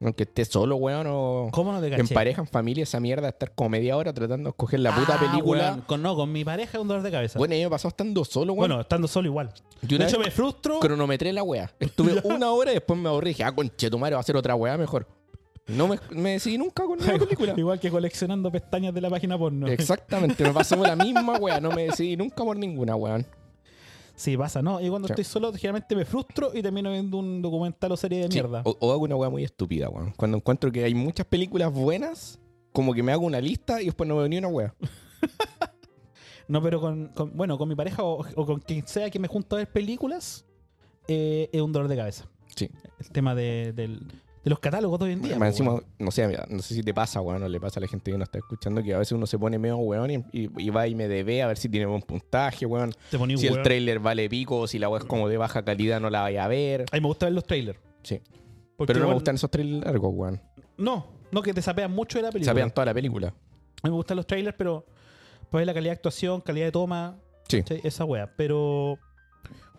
S2: Aunque estés solo, weón, o
S1: ¿Cómo no te caché?
S2: en pareja, en familia, esa mierda, de estar como media hora tratando de escoger la puta
S1: Ah,
S2: película.
S1: weón, con, no, con mi pareja es un dolor de cabeza.
S2: Bueno, a mí me pasó estando solo, weón.
S1: bueno, estando solo igual.
S2: yo
S1: De
S2: una
S1: hecho,
S2: vez
S1: me frustro.
S2: cronometré la weá. Estuve una hora y después me aburrí. Dije, ah, conchetumare, va a ser otra weá mejor. No me, me decidí nunca con una película.
S1: Igual que coleccionando pestañas de la página porno.
S2: Exactamente, me pasó por la misma weá. No me decidí nunca por ninguna, weón.
S1: Sí, pasa, ¿no? Y cuando
S2: Sí.
S1: estoy solo, generalmente me frustro y termino viendo un documental o serie de
S2: Sí,
S1: mierda.
S2: O, o hago una weá muy estúpida, weón. Cuando encuentro que hay muchas películas buenas, como que me hago una lista y después no veo ni una weá.
S1: No, pero con, con- bueno, con mi pareja o, o con quien sea que me junto a ver películas, eh, es un dolor de cabeza.
S2: Sí.
S1: El tema de, del- de los catálogos de hoy en día.
S2: Más
S1: po,
S2: encima,
S1: pues, weón.
S2: no sé, mira, no sé si te pasa, weón, o le pasa a la gente que nos está escuchando, que a veces uno se pone medio weón y, y- y va y me debe a ver si tiene buen puntaje, weón.
S1: Te ponía un
S2: Si el
S1: weón.
S2: trailer vale pico, o si la weá es como de baja calidad, no la vaya a ver.
S1: A mí me gusta ver los trailers.
S2: Sí.
S1: Porque
S2: Pero no me
S1: igual-
S2: gustan esos trailers largos, weón.
S1: No, no que te sapean mucho de la película.
S2: Sabían toda la película.
S1: A mí me gustan los trailers, pero pues la calidad de actuación, calidad de toma,
S2: Sí.
S1: ¿cachai? esa wea. Pero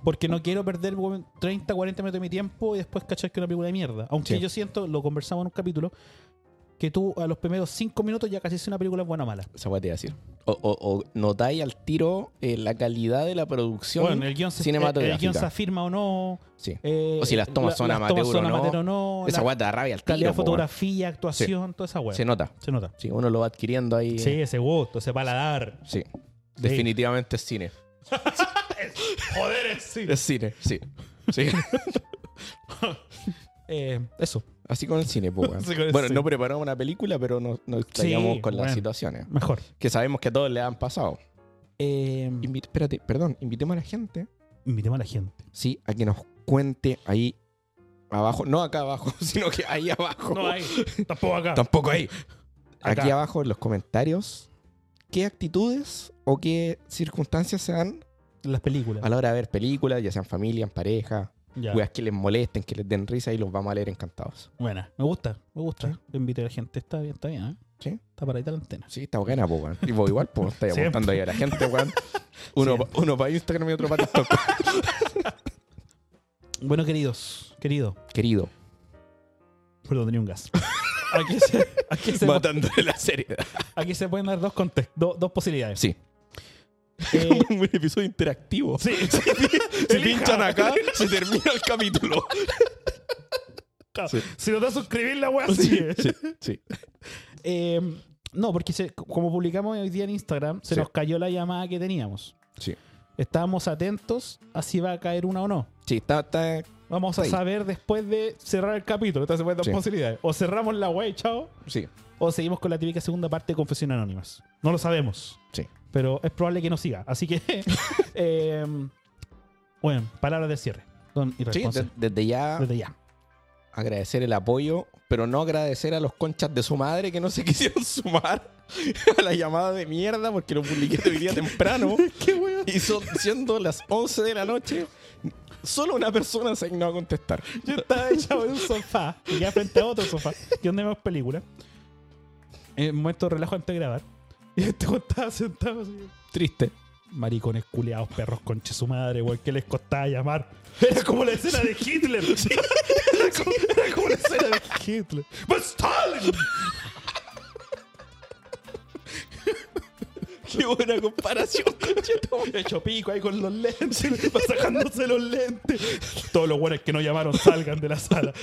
S1: porque no quiero perder weón, 30, 40 minutos de mi tiempo y después cachar que es una película de mierda. Aunque
S2: Sí.
S1: yo siento, lo conversamos en un capítulo, que tú a los primeros 5 minutos ya casi es una película buena o mala.
S2: Esa weá te iba a decir. O, o- o notáis al tiro eh, la calidad de la producción
S1: Bueno, el guión se, el, el
S2: cinematográfica.
S1: guión se afirma o no.
S2: sí.
S1: eh,
S2: O si las tomas son
S1: las tomas
S2: amateur o
S1: son
S2: no.
S1: amateur o no.
S2: Esa
S1: la
S2: weá te da rabia al tiro.
S1: calidad de
S2: po, weón.
S1: fotografía, actuación, toda esa wea.
S2: Se nota.
S1: Se nota.
S2: Sí, uno lo va adquiriendo ahí. eh.
S1: Sí, ese gusto, ese paladar.
S2: Sí. Definitivamente es cine.
S1: Joder, sí.
S2: Es cine, sí. Sí.
S1: Eh, eso.
S2: Así con el cine, pues. weón.
S1: Así con el
S2: Bueno,
S1: cine.
S2: no preparamos una película, pero nos, nos explayamos con las
S1: bueno.
S2: situaciones.
S1: Mejor.
S2: Que sabemos que a todos le han pasado.
S1: Eh,
S2: Invi- espérate, perdón, invitemos a la gente.
S1: invitemos a la gente.
S2: Sí, a que nos cuente ahí abajo. No acá abajo, sino que ahí abajo.
S1: Tampoco acá.
S2: Tampoco ahí.
S1: Acá.
S2: Aquí abajo en los comentarios. ¿Qué actitudes o qué circunstancias se dan
S1: Las películas.
S2: a la hora de ver películas, ya sean familia, en pareja,
S1: Ya.
S2: weas que les molesten, que les den risa y los vamos a leer encantados.
S1: Buena. Me gusta, me gusta. Invite a la gente. Está bien, está bien, ¿eh?
S2: Sí.
S1: Está para ahí la antena.
S2: Sí, está buena, po, weón. Y vos igual, pues, estáis
S1: Siempre.
S2: apuntando ahí a la gente, weón. Uno, pa- uno para Instagram y otro para TikTok.
S1: Bueno, queridos, querido.
S2: Querido,
S1: Perdón, tenía un gas. Aquí se, aquí se,
S2: matándole la seriedad.
S1: aquí se pueden dar dos, conte- do- dos posibilidades.
S2: Sí.
S1: Eh,
S2: Un episodio interactivo.
S1: sí,
S2: Si pinchan acá, se termina el capítulo. Sí.
S1: Si no te vas a suscribir, la wea
S2: Sí, sí, sí.
S1: Eh, no, porque se- como publicamos hoy día en Instagram, se
S2: Sí.
S1: nos cayó la llamada que teníamos.
S2: Sí.
S1: Estábamos atentos a si va a caer una o no.
S2: Sí, está, está-
S1: Vamos a
S2: Sí.
S1: saber después de cerrar el capítulo. Estas se pueden dar
S2: Sí.
S1: posibilidades. O cerramos la web, chao.
S2: Sí,
S1: O seguimos con la típica segunda parte de Confesión Anónimas. No lo sabemos.
S2: sí.
S1: Pero es probable que no siga. Así que. eh, bueno, palabras de cierre. Don
S2: Sí,
S1: Irresponsable.
S2: de- ah. desde ya
S1: Desde ya.
S2: agradecer el apoyo, pero no agradecer a los conchas de su madre que no se quisieron sumar a la llamada de mierda porque lo publiqué hoy día este temprano.
S1: Qué weón.
S2: Y son, siendo las 11 de la noche, Solo una persona se dignó a contestar.
S1: Yo estaba echado en un sofá y ya frente a otro sofá, que donde vemos películas. En el momento de relajo antes de grabar. Y este weón estaba sentado así.
S2: Triste.
S1: Maricones culeados, perros conche su madre, weón, que les costaba llamar. Era como la escena de Hitler. Era, como, era como la escena de Hitler. ¡But Stalin!
S2: Qué buena comparación.
S1: Hecho pico ahí con los lentes, va sacándose los lentes. Todos los buenos que no llamaron salgan de la sala.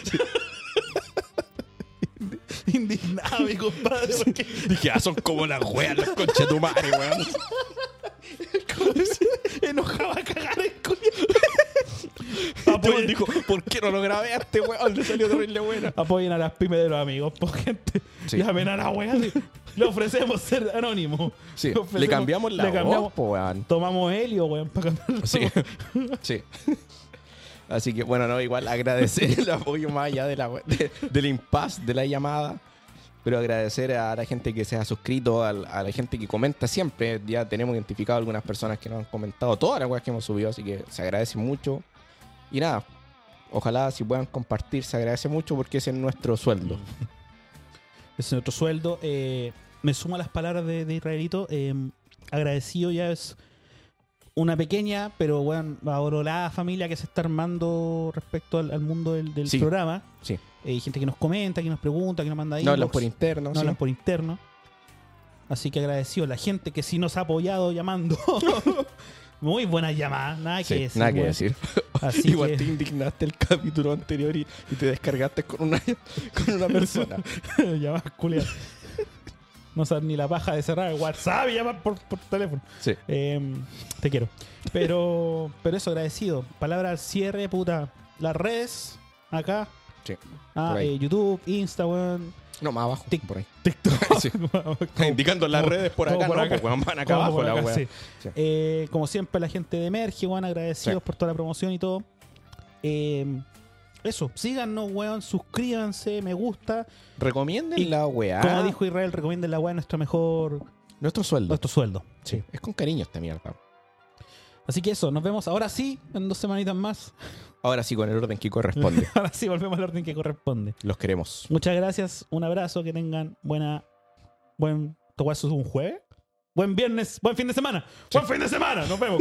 S1: Indignado, mi compadre, porque
S2: Dije, ah, son como las weas los conches tu madre, weón.
S1: enojaba a cagar el culiao.
S2: Este weón dijo, ¿por qué no lo grabé a este weón? Le salió terrible buena.
S1: Apoyen a las pymes de los amigos, por gente.
S2: Sí.
S1: Llamen a la wea. sí. Le ofrecemos ser anónimo.
S2: Sí,
S1: ofrecemos-
S2: le cambiamos la
S1: le cambiamos-
S2: voz, po, weón.
S1: Tomamos helio, weón, para cambiar la
S2: Sí.
S1: voz.
S2: Sí. Así que, bueno, no, igual agradecer el apoyo más allá de la, de- del impasse de la llamada. Pero agradecer a la gente que se ha suscrito, al- a, la gente que comenta siempre. Ya tenemos identificado algunas personas que nos han comentado todas las cosas que hemos subido, así que se agradece mucho. Y nada, ojalá si puedan compartir, se agradece mucho porque ese es nuestro sueldo.
S1: Mm. es nuestro sueldo. Eh, me sumo a las palabras de, de Israelito. eh, agradecido ya es una pequeña, pero bueno, valorada familia que se está armando respecto al, al mundo del, del
S2: Sí.
S1: programa.
S2: Sí.
S1: Eh, hay gente que nos comenta, que nos pregunta, que nos manda
S2: No hablan
S1: inbox,
S2: por interno,
S1: no
S2: sí.
S1: hablan por interno. Así que agradecido a la gente que sí nos ha apoyado llamando. Muy buena llamada, nada
S2: Sí,
S1: que decir.
S2: nada que
S1: weón.
S2: decir.
S1: Así
S2: Igual
S1: que-
S2: te indignaste el capítulo anterior y, y te descargaste con una, con una persona.
S1: llamadas culiadas. No sabes ni la paja de cerrar el WhatsApp y llamar por, por teléfono.
S2: Sí.
S1: Em, te quiero. Pero, pero eso, agradecido. Palabra al cierre, puta. Las redes, acá.
S2: Sí,
S1: Ah,
S2: por ahí.
S1: eh, YouTube, Instagram,
S2: No, más abajo.
S1: Tic.
S2: Por ahí.
S1: TikTok.
S2: Sí.
S1: Como-
S2: Indicando las
S1: como-
S2: redes por
S1: como
S2: acá, no, pues, weón, van acá
S1: Como
S2: abajo
S1: por
S2: la
S1: acá,
S2: weá.
S1: sí.
S2: Sí.
S1: Eh, como siempre, la gente de Merge, weón, agradecidos
S2: Sí.
S1: por toda la promoción y todo. Eh, eso, síganos, weón, suscríbanse, me gusta.
S2: Recomienden
S1: Y
S2: la weá.
S1: Como dijo Israel, recomienden la weá nuestra mejor,
S2: Nuestro sueldo.
S1: nuestro sueldo.
S2: Sí. Es con cariño esta mierda.
S1: Así que eso, nos vemos ahora sí, en dos semanitas más.
S2: Ahora sí, con el orden que corresponde.
S1: Ahora sí, volvemos al orden que corresponde.
S2: Los queremos.
S1: Muchas gracias, un abrazo, que tengan buena. Buen. ¿Tu guaso es un jueves? Buen viernes, buen fin de semana. Buen fin de semana, nos vemos.